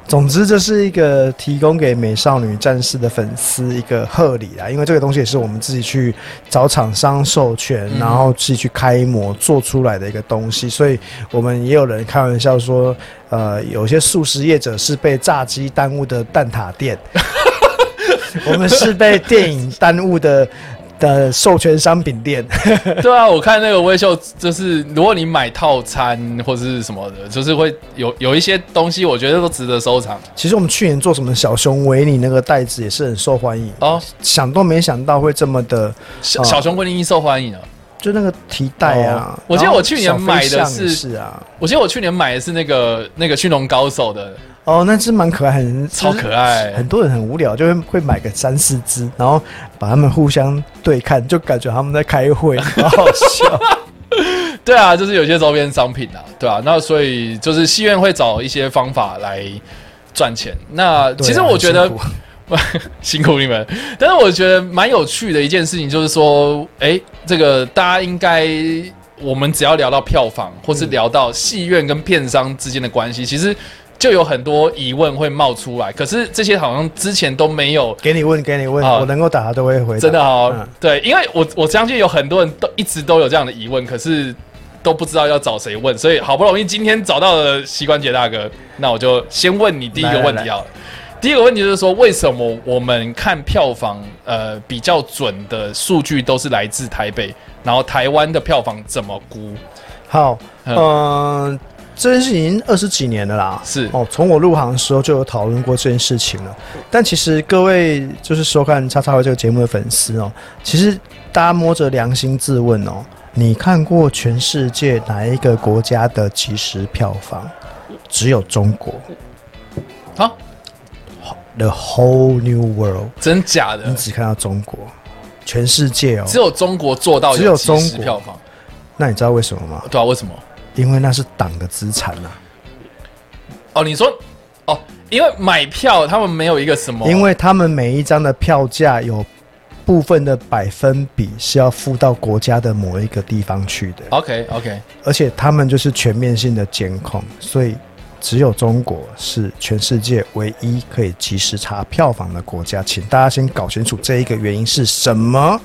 总之，这是一个提供给美少女战士的粉丝一个贺礼啦，因为这个东西也是我们自己去找厂商授权，嗯然后自己去开模做出来的一个东西，所以我们也有人开玩笑说，呃，有些素食业者是被炸鸡耽误的蛋 挞店，我们是被电影耽误的。的授权商品店，对啊，我看那个微秀，就是如果你买套餐或者是什么的，就是会有有一些东西，我觉得都值得收藏其实我们去年做什么小熊维尼那个袋子也是很受欢迎，哦。想都没想到会这么的，小哦小熊维尼受欢迎啊！就那个提袋啊哦。我记得然后我去年小飞买的象是也是啊，我记得我去年买的是那个那个驯龙高手的，哦，那只蛮可爱，很超可。就爱是。很多人很无聊，就会会买个三四只，然后把它们互相对看，就感觉他们在开会，好好 笑。对啊，就是有些周边商品啊，对啊，那所以就是戏院会找一些方法来赚钱。那对啊其实我觉得很 辛辛苦苦你们，但是我觉得蛮有趣的一件事情就是说，哎，这个大家应该，我们只要聊到票房，或是聊到戏院跟片商之间的关系，其实就有很多疑问会冒出来。可是这些好像之前都没有。给你问，给你问，好我能够答都会回答。真的哦，嗯对，因为我我相信有很多人都一直都有这样的疑问，可是都不知道要找谁问，所以好不容易今天找到了膝关节大哥，那我就先问你第一个问题好了。第一个问题就是说，为什么我们看票房呃比较准的数据都是来自台北，然后台湾的票房怎么估？好，嗯嗯、这件事情已经二十几年了啦。是哦，从我入行的时候就有讨论过这件事情了。但其实各位就是收看《叉叉会》这个节目的粉丝哦，其实大家摸着良心自问哦，你看过全世界哪一个国家的即时票房？只有中国啊， ，The whole new world，真假你的？只看到中国，全世界哦只。有中国做到只有即时中国票房，那你知道为什么吗？对啊？为什么？因为那是党的资产啊呐、哦，你说哦，因为买票他们没有一个什么，因为他们每一张的票价有部分的百分比是要付到国家的某一个地方去的， OK OK，而且他们就是全面性的监控，所以只有中国是全世界唯一可以及时查票房的国家。请大家先搞清楚这一个原因是什么。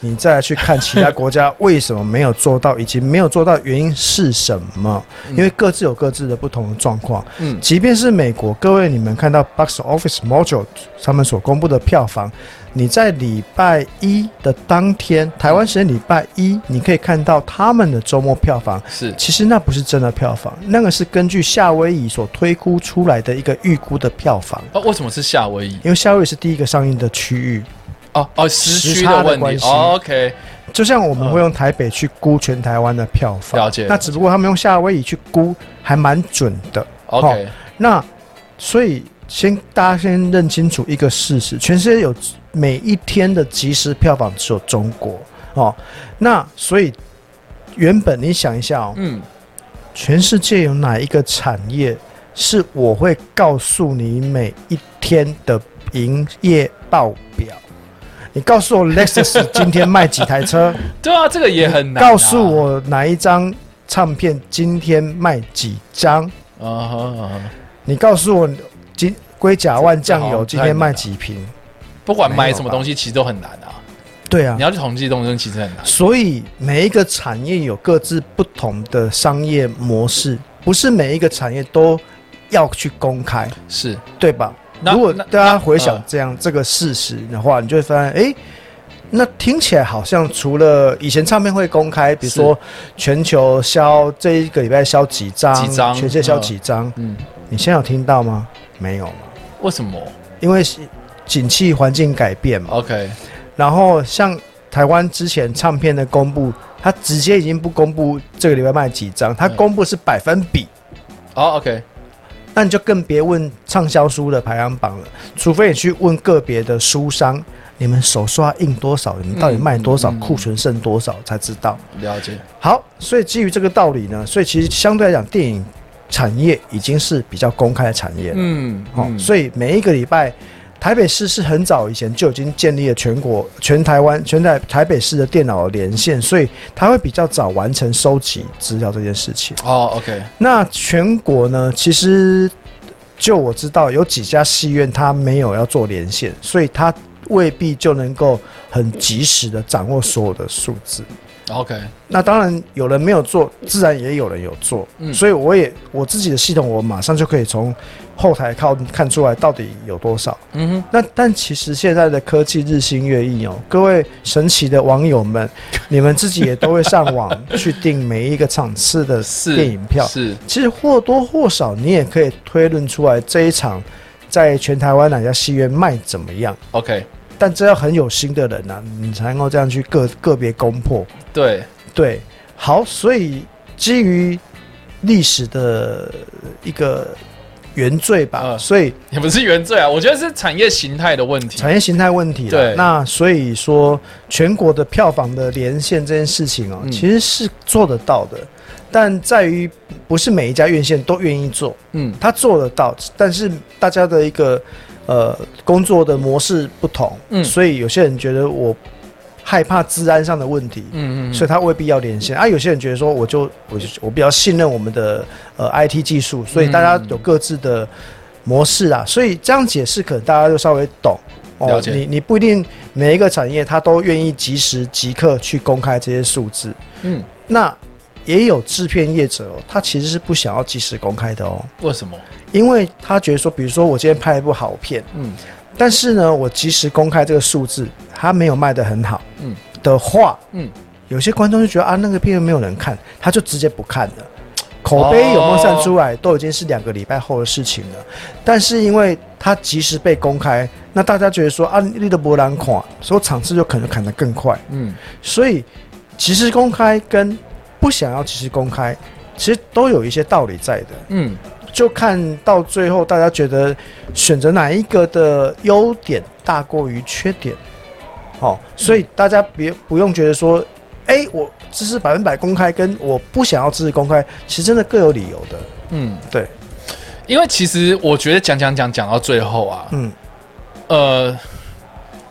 你再来去看其他国家为什么没有做到，以及没有做到原因是什么？因为各自有各自的不同的状况。嗯，即便是美国，各位你们看到 Box Office Mojo 他们所公布的票房，你在礼拜一的当天，台湾时间礼拜一，你可以看到他们的周末票房。是其实那不是真的票房，那个是根据夏威夷所推估出来的一个预估的票房，哦，为什么是夏威夷？因为夏威夷是第一个上映的区域。哦哦，时区时差的问关题。系哦、OK，就像我们会用台北去估全台湾的票房，了解那只不过他们用夏威夷去估，还蛮准的。 OK，、那所以先大家先认清楚一个事实：全世界有每一天的即时票房只有中国哦。那所以原本你想一下哦，嗯，全世界有哪一个产业是我会告诉你每一天的营业报表？你告诉我 Lexus 今天卖几台车？对啊，这个也很难、告诉，我哪一张唱片今天卖几张？啊哈啊哈你告诉我，今龟甲万酱油这今好像不太天卖几瓶？不管没买有什么吧东西，其实都很难啊。对啊你，要去统计东西，其实很难。所以每一个产业有各自不同的商业模式，不是每一个产业都要去公开，是，对吧？那如果那大家回想呃这样、这个事实的话，你就会发现，诶，那听起来好像除了以前唱片会公开，比如是说全球销这一个礼拜销几张，几张全世界销嗯几张，嗯，你现在有听到吗？没有嘛，为什么因为是景气环境改变嘛。 ？OK，然后像台湾之前唱片的公布，它直接已经不公布这个礼拜卖几张，它嗯公布是百分比，哦、OK，那你就更别问畅销书的排行榜了，除非你去问个别的书商，你们手刷印多少，你们到底卖多少，嗯嗯嗯库存剩多少才知道。了解。好，所以基于这个道理呢，所以其实相对来讲，电影产业已经是比较公开的产业了。嗯，哦，嗯所以每一个礼拜，台北市是很早以前就已经建立了全国、全台湾、全台台北市的电脑连线，所以它会比较早完成收集资料这件事情。哦，OK，那全国呢，其实就我知道有几家戏院它没有要做连线，所以它未必就能够很及时的掌握所有的数字。 OK，那当然有人没有做，自然也有人有做。嗯所以我也我自己的系统，我马上就可以从后台靠看出来到底有多少。嗯那但其实现在的科技日新月异哦，各位神奇的网友们，你们自己也都会上网去订每一个场次的哼， 是电影票。是其实或多或少你也可以推论出来这一场在全台湾哪家戏院卖怎么样， OK，但这要很有心的人呐、啊你才能够这样去个个别攻破。对， 对，好，所以基于历史的一个原罪吧，嗯所以也不是原罪啊，我觉得是产业形态的问题。产业形态问题了对。那所以说，全国的票房的连线这件事情哦，嗯其实是做得到的，但在于不是每一家院线都愿意做，嗯他做得到，但是大家的一个呃工作的模式不同，嗯所以有些人觉得我害怕治安上的问题，嗯嗯，所以他未必要连线啊。有些人觉得说，我就我就我比较信任我们的呃 IT 技术，所以大家有各自的模式啊。所以这样解释，可能大家就稍微懂嗯了哦。解你你不一定每一个产业他都愿意及时即刻去公开这些数字。嗯，那也有制片业者哦，他其实是不想要及时公开的哦，为什么？因为他觉得说，比如说我今天拍一部好片，嗯但是呢，我及时公开这个数字，它没有卖得很好，嗯的话，嗯，有些观众就觉得啊，那个片没有人看，他就直接不看了。口碑有没有散出来，都已经是两个礼拜后的事情了。但是因为它及时被公开，那大家觉得说啊，利德博兰垮，所以场次就可能砍得更快。嗯，所以及时公开跟不想要及时公开，其实都有一些道理在的。嗯，就看到最后，大家觉得选择哪一个的优点大过于缺点，哦，嗯所以大家别不用觉得说，哎、我支持百分百公开，跟我不想要支持公开，其实真的各有理由的。嗯，对，因为其实我觉得讲讲讲讲到最后啊，嗯，呃，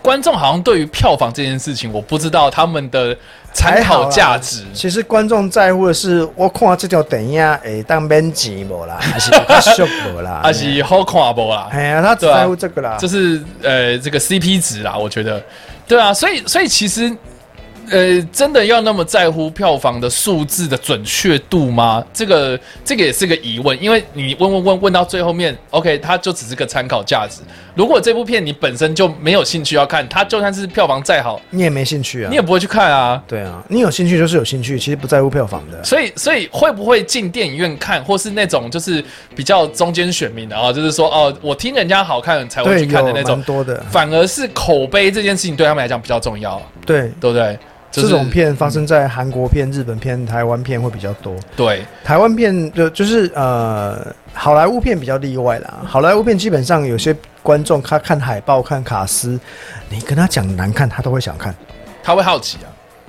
观众好像对于票房这件事情，我不知道他们的参考价值。，其实观众在乎的是，我看这条电影啊会当免钱无啦，还是有较俗无啦啊，是好看不啦？哎呀，他只在乎这个啦就。是呃这个 CP 值啦，我觉得，对啊，所以所以其实呃真的要那么在乎票房的数字的准确度吗？这个这个也是个疑问，因为你问问问问到最后面，OK，它就只是个参考价值。如果这部片你本身就没有兴趣要看，它就算是票房再好，你也没兴趣啊，你也不会去看啊。对啊，你有兴趣就是有兴趣，其实不在乎票房的。所以，所以会不会进电影院看，或是那种就是比较中间选民的啊，就是说哦，我听人家好看才会对，去看的有那种蛮，多的，反而是口碑这件事情对他们来讲比较重要，对，对不对？就是这种片发生在韩国片、日本片、台湾片会比较多。对，台湾片就就是呃，好莱坞片比较例外啦。好莱坞片基本上有些观众他看海报、看卡斯，你跟他讲难看，他都会想看。他会好奇啊。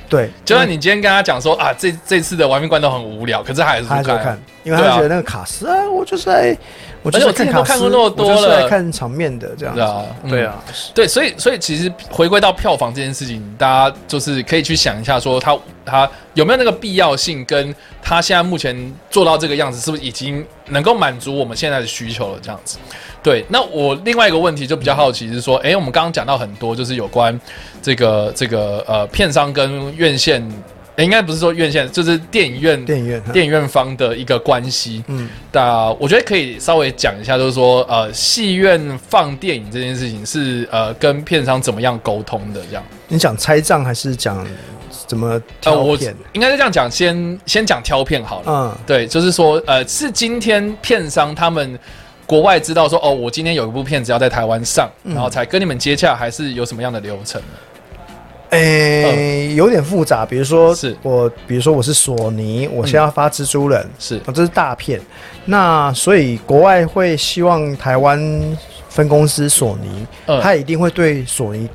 对，就算你今天跟他讲说啊，这这次的玩命关头很无聊，可是他还是他会就看啊。看，因为他对啊觉得那个卡斯啊，我就是来，我就是而且我之来前看卡都斯，看过那么多了我就是来看场面的这样子对啊嗯。对啊，对，所以所以其实回归到票房这件事情，大家就是可以去想一下，说他他有没有那个必要性，跟他现在目前做到这个样子，是不是已经能够满足我们现在的需求了？这样子。对，那我另外一个问题就比较好奇是说，诶，我们刚刚讲到很多，就是有关这个这个呃片商跟院线，诶应该不是说院线，就是电影院电影院，啊 电影院方的一个关系。嗯，那我觉得可以稍微讲一下，就是说，呃，戏院放电影这件事情是呃跟片商怎么样沟通的这样。你讲拆账还是讲怎么呃，挑我片？应该是这样讲，先先讲挑片好了。嗯，对，就是说，呃，是今天片商他们国外知道说，哦，我今天有一部片子要在台湾上，嗯然后才跟你们接洽，还是有什么样的流程？诶、哎有点复杂。比如说，嗯是嗯我，比如说我是索尼，我现在要发蜘蛛人，是哦这是大片。那所以国外会希望台湾分公司索尼，嗯它一定会对索尼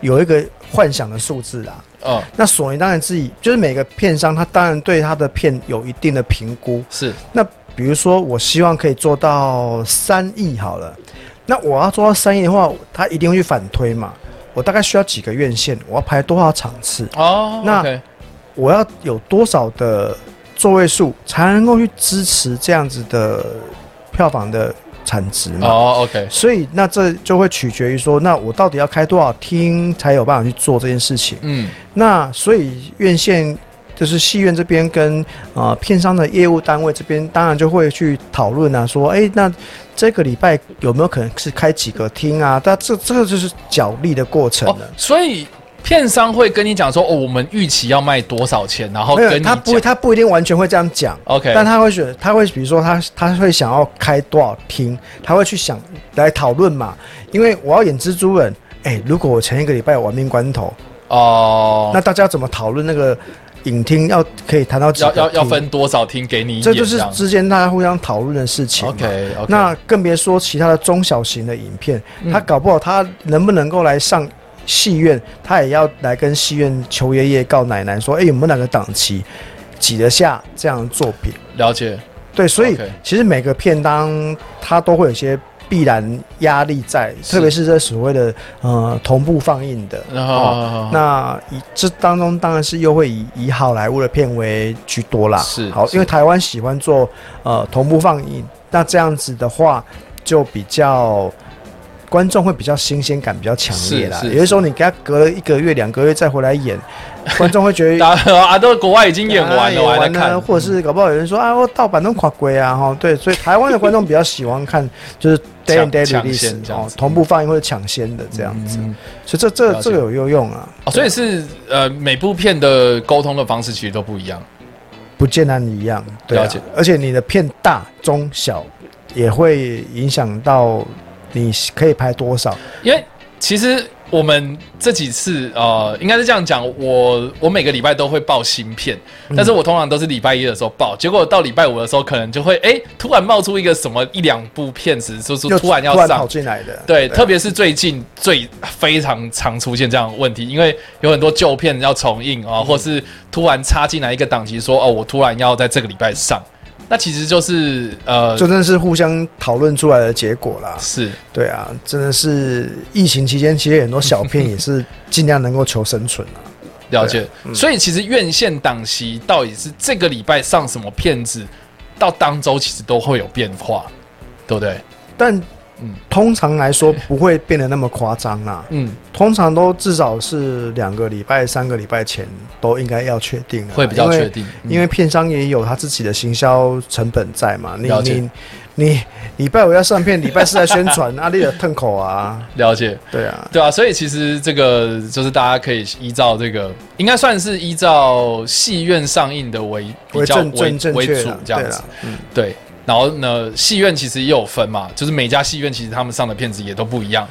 有一个幻想的数字啦。嗯，那索尼当然自己就是每个片商，他当然对他的片有一定的评估。是那比如说，我希望可以做到三亿好了，那我要做到三亿的话，他一定会去反推嘛。我大概需要几个院线，我要排多少场次，哦，那 OK，我要有多少的座位数，才能够去支持这样子的票房的产值嘛。哦，OK，所以那这就会取决于说，那我到底要开多少厅才有办法去做这件事情？嗯那所以院线就是戏院这边跟呃片商的业务单位这边，当然就会去讨论啊，说，哎、那这个礼拜有没有可能是开几个厅啊？但这这个就是角力的过程哦了。，所以片商会跟你讲说，哦，我们预期要卖多少钱，然后没跟有，你他讲不会，他不一定完全会这样讲。 OK，但他会选，他会比如说他他会想要开多少厅，他会去想来讨论嘛。因为我要演蜘蛛人，哎、如果我前一个礼拜有玩命关头，哦，那大家怎么讨论那个影厅要可以谈到几个要要要厅分多少厅给你演这样？就是之间大家互相讨论的事情嘛。 OK OK，那更别说其他的中小型的影片，嗯他搞不好他能不能够来上戏院，他也要来跟戏院求爷爷告奶奶说，哎、有没有哪个档期挤得下这样的作品？了解对，所以 OK 其实每个片当它都会有一些必然压力在，是特别是这所谓的呃同步放映的。然后哦那以这当中当然是又会以以好莱坞的片为居多啦，是好，是因为台湾喜欢做呃同步放映，那这样子的话就比较观众会比较新鲜感比较强烈啦。是是有些时候你给他隔了一个月、两个月再回来演，观众会 觉得哎大家啊，都国外已经演完了，啊我还在演完看，或者是搞不好有人说啊，我盗版都垮 龟啊，哈，对，所以台湾的观众比较喜欢看就是 day and day 抢 release 先这样哦子，同步放映或者抢先的这样子，嗯所以这了这解这个有有用啊，哦，所以是呃，每部片的沟通的方式其实都不一样。不见得一样，对、啊，了解而且你的片大中小也会影响到你可以拍多少，因为其实我们这几次呃，应该是这样讲，我我每个礼拜都会报新片，但是我通常都是礼拜一的时候报，结果到礼拜五的时候，可能就会哎、诶突然冒出一个什么一两部片子，就是又突然要突然上跑。进来的，对，特别是最近最非常常出现这样的问题，因为有很多旧片要重映啊、或是突然插进来一个档期说哦，我突然要在这个礼拜上，那其实就是呃，就真的是互相讨论出来的结果啦。是对啊，真的是疫情期间，其实很多小片也是尽量能够求生存啊。嗯了解，所以其实院线档期到底是这个礼拜上什么片子，到当周其实都会有变化，对不对？但嗯通常来说不会变得那么夸张啦，嗯，通常都至少是两个礼拜、三个礼拜前都应该要确定了啦，会比较因为确定，嗯因为片商也有他自己的行销成本在嘛，你了解你你礼拜五要上片，礼拜四来宣 传，阿丽的腾口啊，了解，对啊，对啊，所以其实这个就是大家可以依照这个，应该算是依照戏院上映的为比为较正为正正为确主啦这样对子啦，嗯，对。然后呢，戏院其实也有分嘛，就是每家戏院其实他们上的片子也都不一样，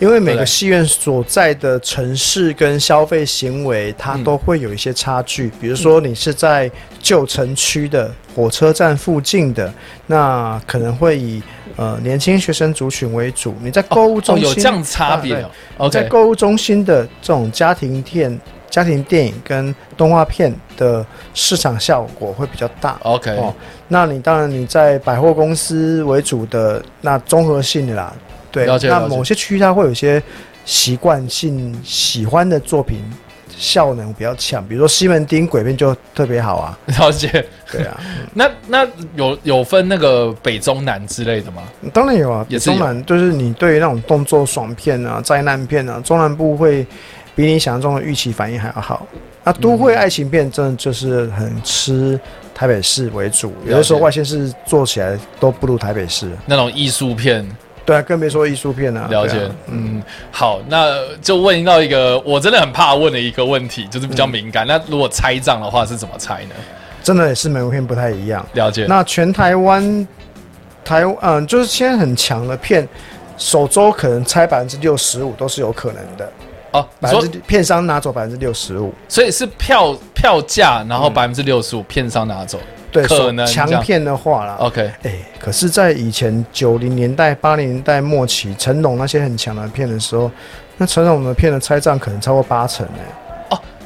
因为每对个戏院所在的城市跟消费行为，嗯它都会有一些差距。比如说，你是在旧城区的火车站附近的，那可能会以呃年轻学生族群为主；你在购物中哦，心、有这样差别、哦。啊在 OK，购物中心的这种家庭片、家庭电影跟动画片的市场效果会比较大。 OK，、哦，那你当然你在百货公司为主的那综合性的啦，对，了解那了解某些区域它会有一些习惯性喜欢的作品效能比较强，比如说西门町鬼片就特别好啊，了解。对啊，那那有有分那个北中南之类的吗？当然有啊，也是有中南就是你对于那种动作爽片啊、灾难片啊，中南部会比你想象中的预期反应还要好。那都会爱情片真的就是很吃台北市为主，解有的时候外县市做起来都不如台北市。那种艺术片，对啊，更别说艺术片啊。了解。对啊嗯，好，那就问到一个我真的很怕问的一个问题，就是比较敏嗯感。那如果拆账的话是怎么拆呢？真的也是每部片不太一样。了解。那全台湾台嗯、就是现在很强的片，首周可能拆百分之六十五都是有可能的，哦，你百分说之片商拿走百分之六十五。所以是票票价，然嗯后百分之六十五片商拿走。对，可首能这样哦强片的话啦， OK，哎、可是，在以前九零年代、八零年代末期，成龙那些很强的片的时候，那成龙的片的拆账可能超过八成哎、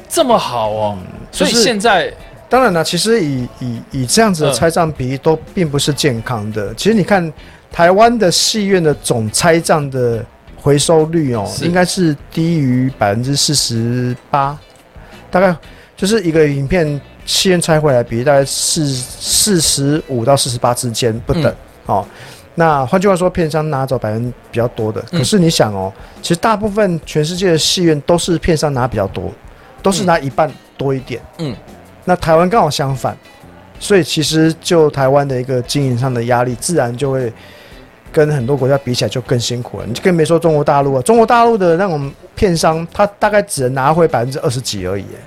这么好哦。所嗯就以是现在当然了，其实以以以这样子的嗯拆账比例都并不是健康的。其实你看，台湾的戏院的总拆账的回收率哦，是应该是低于百分之四十八，大概就是一个影片戏院拆回来比例大概四四十五到四十八之间不等、嗯哦。那换句话说，片商拿走百分比较多的，嗯可是你想哦，其实大部分全世界的戏院都是片商拿比较多，都是拿一半多一点。嗯，那台湾刚好相反，所以其实就台湾的一个经营上的压力，自然就会跟很多国家比起来就更辛苦了。你就更别说中国大陆了，中国大陆的那种片商，他大概只能拿回百分之二十几而已。哎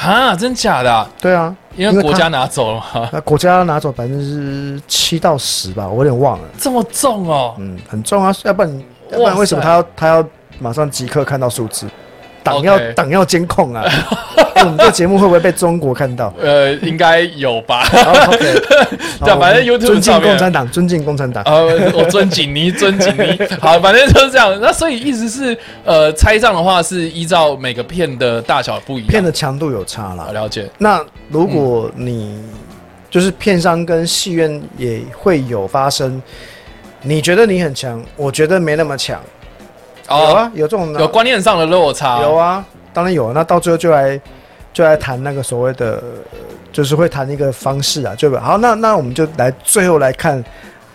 哈，真假的啊、对啊，因因为为他国家拿走了嘛， 那国家拿走百分之七到十吧，我有点忘了。这么重哦，嗯，很重要，要不然要哇不然塞为什么他要他要马上即刻看到数字？党要 OK 党要监 控啊！哎我们这节目会不会被中国看到呃，应该有吧？好？OK，好 对啊反正我们 YouTube 尊敬上面共产党，尊敬 共产党。呃，我尊敬你，尊敬 你。好，反正就是这样。那所以意思是，呃，拆账的话是依照每个片的大小不一样。片的强度有差好啦。了解，那如果你就是片商跟戏院也会有发生，你觉得你很强，我觉得没那么强，有哦，啊，有这种的有观念上的落差。有啊，当然有啊。那到最后就来就来谈那个所谓的，呃就是会谈一个方式啊，就好。那那我们就来最后来看，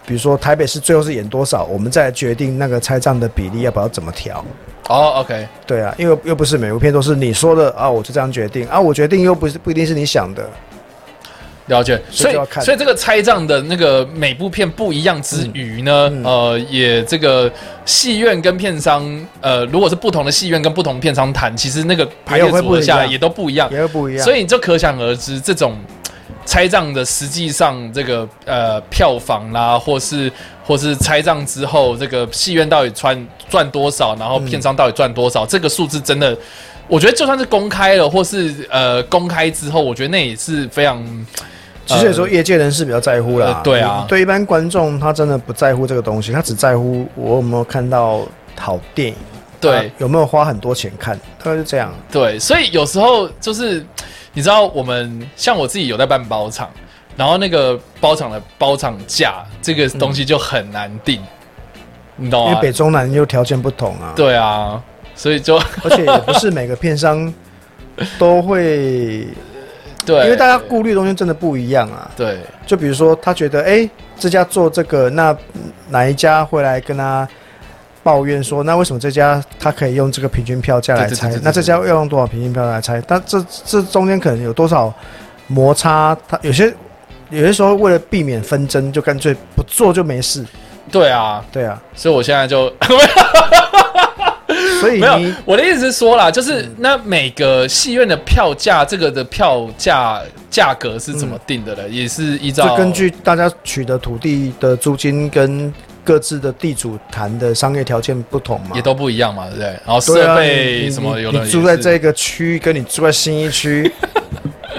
比如说台北市最后是演多少，我们再来决定那个拆账的比例要不要怎么调。哦，OK，对啊，因为又不是每部片都是你说的啊，我就这样决定啊，我决定又不是不一定是你想的。了解。所所以以就要，看所以这个拆账的那个每部片不一样之余呢，嗯嗯呃，也这个戏院跟片商，呃，如果是不同的戏院跟不同片商谈，其实那个排列也会组合不一样下来也都不一样。也会不一样。所以以你就可想而知，这种拆账的实际上这个呃票房啦，或是或是拆账之后，这个戏院到底赚赚多少，然后片商到底赚多少，这个数字真的。我觉得就算是公开了，或是呃公开之后，我觉得那也是非常其实有时候业界人士比较在乎啦。呃对啊对一般观众他真的不在乎这个东西，他只在乎我有没有看到好电影，对啊有没有花很多钱看，大概就这样。对，所以有时候就是你知道，我们像我自己有在办包场，然后那个包场的包场价这个东西就很难定，你懂嗯因为吗？北中南又条件不同啊，哦对啊，所以就而且也不是每个片商 都会，对，因为大家顾虑的东西真的不一样啊。对就比如说，他觉得哎、诶这家做这个，那嗯哪一家会来跟他抱怨说，那为什么这家他可以用这个平均票价来对对对拆对对？那这家要用多少平均票价来拆？但这这中间可能有多少摩擦？他有些有些时候为了避免纷争，就干脆不做就没事。对啊，对啊，所以我现在就所以没有你嗯我的意思是说啦，就是那每个戏院的票价，这个的票价价格是怎么定的呢？也是依照就嗯根据大家取得土地的租金跟各自的地主谈的商业条件不同嘛，也都不一样嘛，对不对？然后对设啊，备你什么你有的你也住在是这个区，跟你住在新一 区，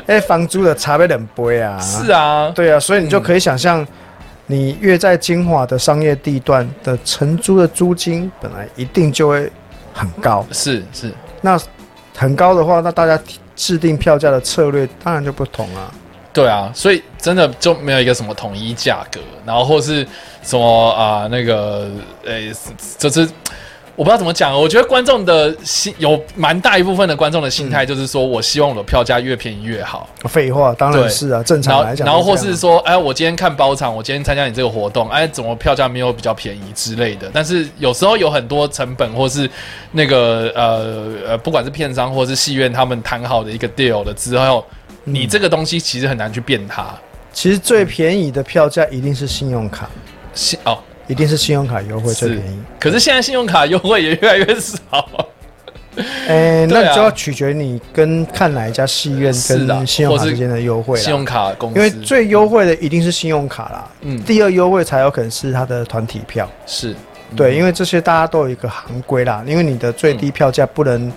哎，房租的差别很倍啊。是啊，对啊，所以你就可以想象，你越在精华的商业地段的承租的租金本来一定就会很高，是是，那很高的话，那大家制定票价的策略当然就不同啊。对啊，所以真的就没有一个什么统一价格，然后或是什么啊、那个呃、就是我不知道怎么讲，我觉得观众的心有蛮大一部分的观众的心嗯态就是说我希望我的票价越便宜越好，废话，当对然是啊，正然常后来讲这样啊，然后或是说哎我今天看包场，我今天参加你这个活动，哎怎么票价没有比较便宜之类的，但是有时候有很多成本或是那个呃呃不管是片商或是戏院他们谈好的一个 deal 了之嗯后，你这个东西其实很难去变它。其实最便宜的票价一定是信用卡，信哦，一定是信用卡优惠最是便宜。可是现在信用卡优惠也越来越少。对哎、啊那就要取决你跟看哪一家戏院是啊跟信用或卡是之间的优惠信啦用。卡公司，因为最优惠的一定是信用卡啦，嗯第二优惠才有可能是它的团体票。是嗯对，因为这些大家都有一个行规啦，因为你的最低票价不能、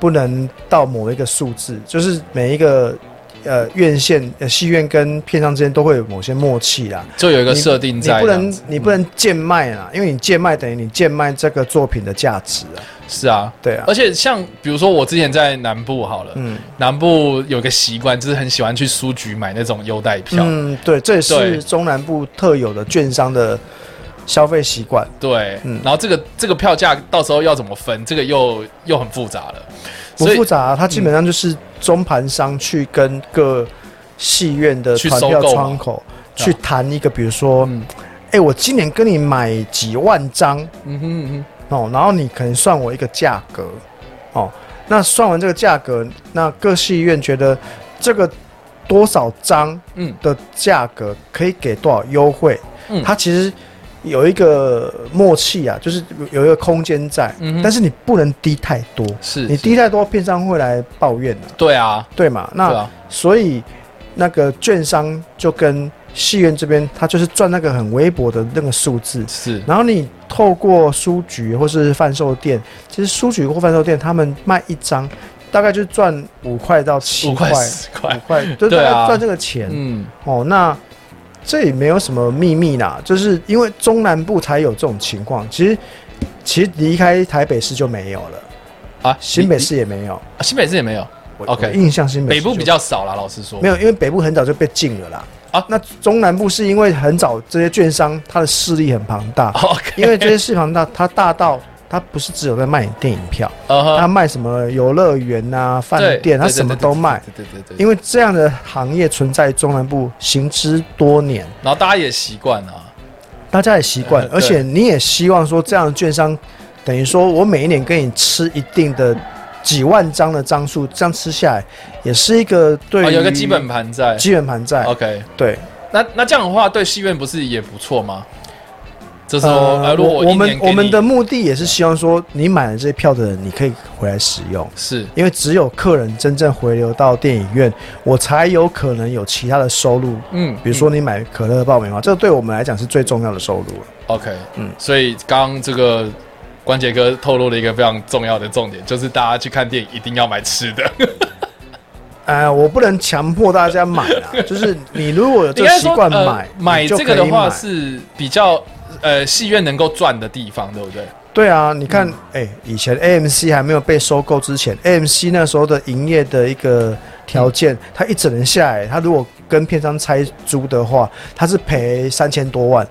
不能到某一个数字，就是每一个呃院线、呃戏院跟片商之间都会有某些默契啦。就有一个你设定你在不这样能子，嗯你不能贱卖啦，因为你贱卖等于你贱卖这个作品的价值啊。是啊。对啊而，且像比如说我之前在南部好了，嗯南部有个习惯就是很喜欢去书局买那种优待票，嗯，对，这也对是中南部特有的券商的消费习惯。对，嗯然后这个这个票价到时候要怎么分，这个又又很复杂了，不所以复杂、它基本上就是中盘商去跟各戏院的去团收票购嘛窗口去谈一个，比如说，嗯哎、哎、我今年跟你买几万张嗯哼嗯哼，哦，然后你可能算我一个价格哦，那算完这个价格，那各戏院觉得这个多少张嗯的价格可以给多少优惠，嗯它其实有一个默契啊，就是有一个空间在，嗯哼但是你不能低太多，是你是低太多，片商会来抱怨的、对啊，对嘛？那、对啊，所以那个券商就跟戏院这边，他就是赚那个很微薄的那个数字，是然后你透过书局或是贩售店，其实书局或贩售店他们卖一张，大概就赚五块到七五块块，十五块，块，就大对概啊赚这个钱、嗯，哦。那这也没有什么秘密啦，就是因为中南部才有这种情况，其实其实离开台北市就没有了，啊，新北你市也没有。啊新北市也没有，我 OK 我印象新北北市部就比较少啦，老实说没，有，因为北部很早就被禁了啦。啊那中南部是因为很早这些券商它的势力很庞大， OK，因为这些市庞大，它大到它不是只有在卖电影票，呃呵它卖什么游乐园啊、饭对店，它对对什么对都卖。对对对对对，因为这样的行业存在中南部行之多年，然后大家也习惯了啊，大家也习惯，嗯对而且你也希望说这样的券商，等于说我每一年给你吃一定的几万张的张数，这样吃下来也是一个对哦有一个于基本盘在基本盘在， ，OK，对。那那这样的话，对戏院不是也不错吗？就是说，呃，呃，如果我一我年们给我们你的目的也是希望说，你买了这些票的人，你可以回来使用，是因为只有客人真正回流到电影院，我才有可能有其他的收入。嗯，比如说你买可乐爆米花，这对我们来讲是最重要的收入了。 OK，嗯嗯，所以刚刚这个关杰哥透露了一个非常重要的重点，就是大家去看电影一定要买吃 的。呃，我不能强迫大家买啦，就是你如果有这应个该习说，惯呃买，买你就这个的可以话买是比较呃戏院能够赚的地方，对不对？对啊，你嗯看，哎、以前 AMC 还没有被收购之前，AMC 那时候的营业的一个条嗯件，它一整年下来，它如果跟片商拆租的话，它是赔三千多万，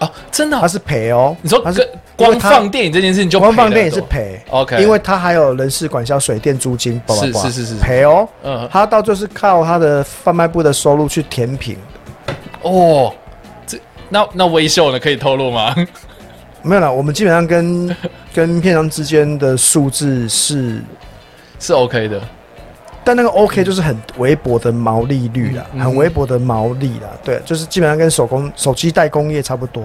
哦，真的哦、它是赔哦。你说它跟是光放电影这件事情就光赔了放电也是多赔， OK，因为它还有人事管销、水电、租金，叭叭是叭是是是是赔哦。嗯它到就是靠它的贩卖部的收入去填平，哦，这那那微秀呢可以透露吗？ 没有啦，我们基本上跟跟片商之间的数字是是 OK 的，但那个 OK 就是很微薄的毛利率啦，嗯嗯嗯很微薄的毛利啦，对，就是基本上跟手工手机代工业差不多，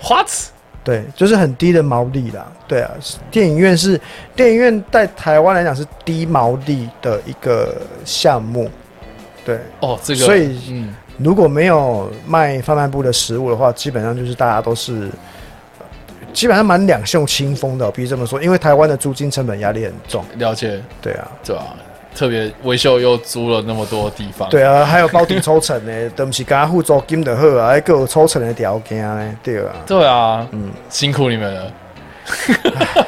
花子对，就是很低的毛利啦，对啊，电影院是电影院在台湾来讲是低毛利的一个项目，对，哦，这个所以嗯，如果没有卖贩卖部的食物的话，基本上就是大家都是。基本上蛮两袖清风的，我必须这么说，因为台湾的租金成本压力很重，了解对啊，对吧、特别微秀又租了那么多地方， 对啊，还有包底抽成呢， 都不是干互租金的好啊，还有抽成的条件呢，对啊。 对啊，嗯啊嗯，辛苦你们了。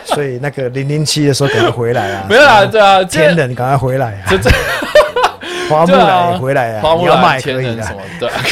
所以那个零零七的时候赶快回来 啊，没有啦，对啊，这天人赶快回来啊，这这花木对兰啊也回来啊，花木你要兰、卖千可以人什的么，对啊。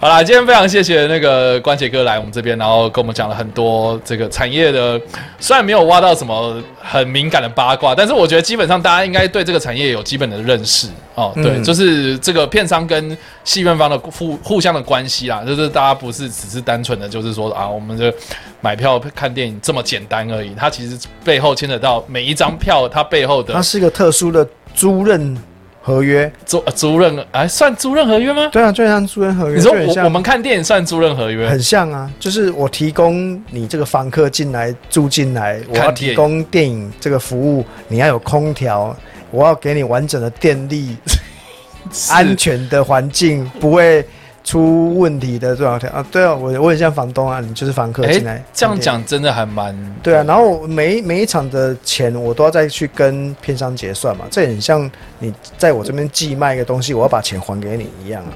好啦，今天非常谢谢那个关杰哥来我们这边，然后跟我们讲了很多这个产业的，虽然没有挖到什么很敏感的八卦，但是我觉得基本上大家应该对这个产业有基本的认识哦。对，嗯就是这个片商跟戏院方的互互相的关系啦，就是大家不是只是单纯的就是说啊，我们这买票看电影这么简单而已，它其实背后牵扯到每一张票它背后的它是一个特殊的租赁合约，租呃租赁，哎，算租赁合约吗？对啊，就像租赁合约，你说就很我像我们看电影算租赁合约很像啊，就是我提供你这个房客进来住进来，我要看电提影供电影这个服务，你要有空调，我要给你完整的电力。 是安全的环境，不会出问题的这种条啊。对啊，我我很像房东啊，你就是房客哎进来、这样。讲真的还蛮对啊，然后我每一每一场的钱我都要再去跟片商结算嘛，这很像你在我这边寄卖一个东西，我要把钱还给你一样啊。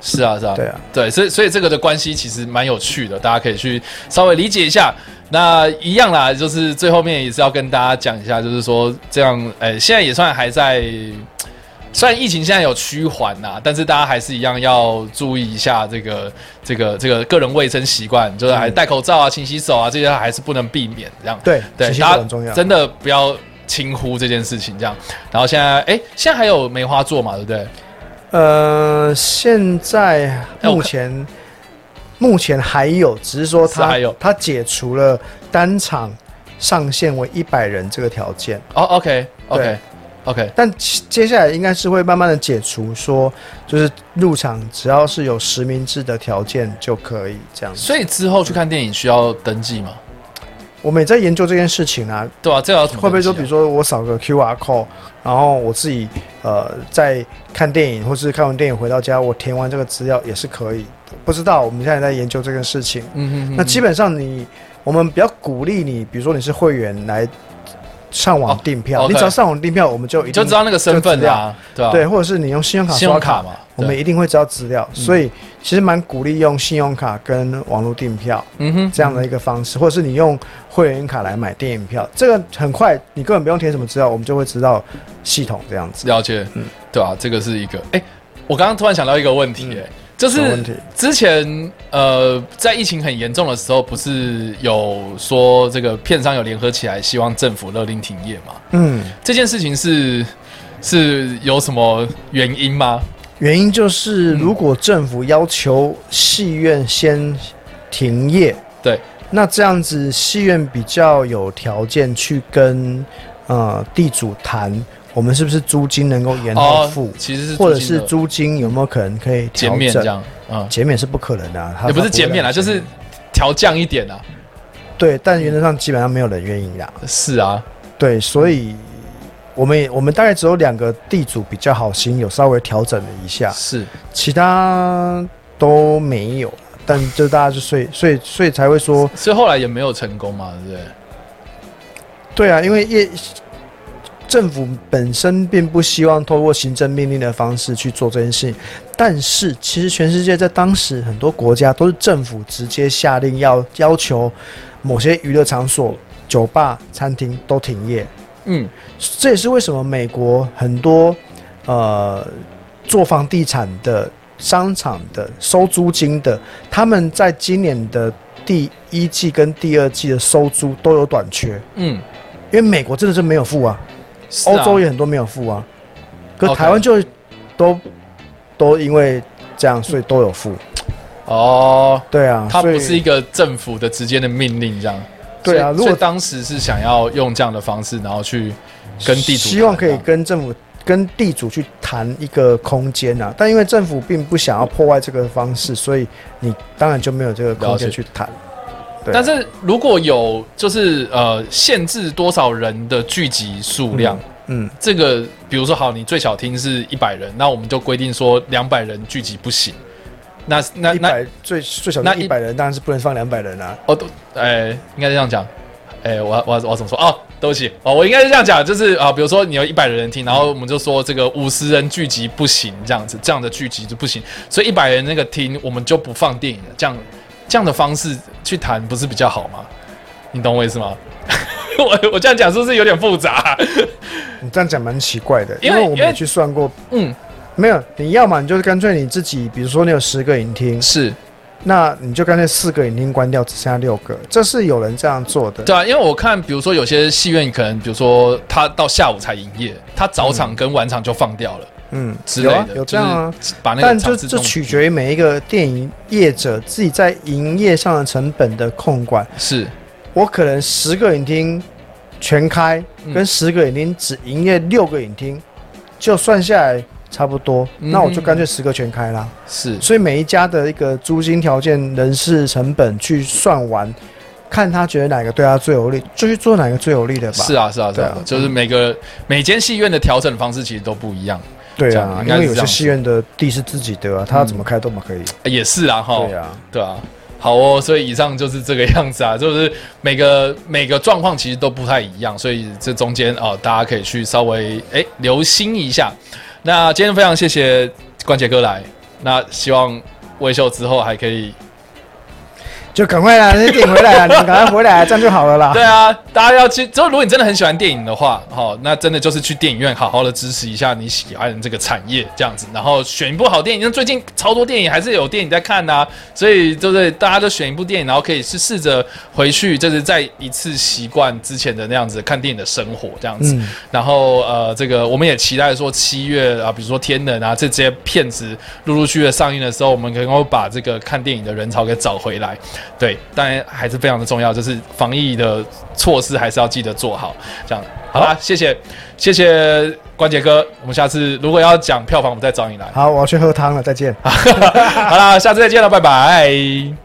是啊是啊对啊，对，所以所以这个的关系其实蛮有趣的，大家可以去稍微理解一下。那一样啦，就是最后面也是要跟大家讲一下，就是说这样，哎、现在也算还在。虽然疫情现在有趋缓呐，但是大家还是一样要注意一下这个、这个、这个个人卫生习惯，就是嗯还戴口罩啊、勤洗手啊，这些还是不能避免这样。对，对，信息大很重家要。真的不要轻忽这件事情，这样。然后现在，哎、现在还有梅花座嘛，对不对？呃，现在哎我目看前。目前还有，只是说是他还有他解除了单场上限为一百人这个条件，哦，OK OK 对 OK，但其接下来应该是会慢慢的解除说，就是入场只要是有实名制的条件就可以这样子。所以之后去看电影需要登记吗？我们也在研究这件事情啊，对啊，这个要怎么会不会登记说，啊比如说我扫个 QR code，然后我自己呃在看电影，或是看完电影回到家，我填完这个资料也是可以。不知道，我们现在在研究这个事情。嗯哼哼，那基本本上你，我们比较鼓励你，比如说你是会员来上网哦订票， OK 你只要上网订票，我们就一你定就知道那个身份就知啦道，对吧？啊对，，或者是你用信用卡信刷用卡卡，嘛，我们对嗯一定会知道资料。所以其实蛮鼓励用信用卡跟网络订票。嗯哼这样的一个方式，或者是你用会员卡来买电影票，这个很快，你根本不用填什么资料，我们就会知道系统这样嗯子。了解，对啊，这个是一个，哎，我刚刚突然想到一个问题，哎，就嗯什么是问题之前呃，在疫情很严重的时候，不是有说这个片商有联合起来，希望政府勒令停业嘛？嗯，这件事情是是有什么原因吗？原因就是嗯如果政府要求戏院先停业，对，那这样子戏院比较有条件去跟呃地主谈，我们是不是租金能够延后付，其哦实是或者租金是的租金有没有可能可以调减免这整？样，嗯，减免是不可能的、啊，它也不它是减免啦，会就让是调降一点啊。对，但原则上基本上没有人愿意啦。是啊，对，所以我们也我们大概只有两个地主比较好心，有稍微调整了一下，是其他都没有。但就大家就所以所以所以才会说，所以后来也没有成功嘛，对不对？对啊，因为业政府本身并不希望透过行政命令的方式去做这件事情，但是其实全世界在当时很多国家都是政府直接下令要要求某些娱乐场所、酒吧、餐厅都停业，嗯，这也是为什么美国很多呃做房地产的商场的收租金的，他们在今年的第一季跟第二季的收租都有短缺，嗯，因为美国真的是没有付啊，是啊欧洲也很多没有付啊，可 OK 台湾就都都因为这样，所以都有付。哦，对啊，它所以不是一个政府的直接的命令这样。对啊所以如果所以当时是想要用这样的方式，然后去跟地主希望可以谈啊跟政府、跟地主去谈一个空间啊。但因为政府并不想要破坏这个方式，所以你当然就没有这个空间去谈。对但是如果有就是呃限制多少人的聚集数量，嗯，这个比如说好，你最小厅是一百人，那我们就规定说两百人聚集不行。那那一那百最最少那一百人，当然是不能放两百人啊。哦，都哎、应该是这样讲。哎、我我我怎么说？哦，对不起，哦，我应该是这样讲，就是啊、比如说你有一百人听，然后我们就说这个五十人聚集不行，这样子，这样的聚集就不行，所以一百人那个厅我们就不放电影了，这样这样的方式去谈不是比较好吗？你懂我意思吗？ 我我这样讲是不是有点复杂？你这样讲蛮奇怪的，因因为为我因们为也去算过，嗯，没有，你要嘛你就是干脆你自己，比如说你有十个影厅，是那你就干脆四个影厅关掉，只剩下六个，这是有人这样做的。对啊，因为我看，比如说有些戏院可能，比如说他到下午才营业，他早场跟晚场就放掉了、嗯，之类有的，啊，有这样啊。就是把那但个这场次这弄取决于每一个电影业者自己在营业上的成本的控管。是我可能十个影厅全开，嗯跟十个影厅只营业六个影厅，就算下来差不多。嗯那我就干脆十个全开啦。是所以每一家的一个租金条件、人事成本去算完，看他觉得哪个对他最有利，就去做哪个最有利的吧。是啊是啊是对啊啊，就是每个每间戏院的调整方式其实都不一样，对这样啊，应因该为是有这样子些嗯戏院的地是自己的啊，他怎么开都嘛可以。呃也是啊哈对，啊，对啊，好哦，所以以上就是这个样子啊， 就是每个每个状况其实都不太一样，所以这中间哦，大家可以去稍微哎留心一下。那今天非常谢谢关杰哥来，那希望魏秀之后还可以就赶快啦，那点回来啦，啊你们赶快回来，这样就好了啦。对啊，大家要去。之后，如果你真的很喜欢电影的话，好、那真的就是去电影院好好的支持一下你喜欢的这个产业，这样子。然后选一部好电影，因为最近超多电影还是有电影在看呐、所以就是大家都选一部电影，然后可以去试着回去，就是再一次习惯之前的那样子看电影的生活，这样子。嗯然后呃，这个我们也期待说七月啊，比如说《天能》啊这些片子陆陆续续的上映的时候，我们能够把这个看电影的人潮给找回来。对，当然还是非常的重要，就是防疫的措施还是要记得做好。这样，好啦，谢谢谢谢关杰哥，我们下次如果要讲票房，我们再找你来。 好，我要去喝汤了，再见。好啦，下次再见了，拜拜。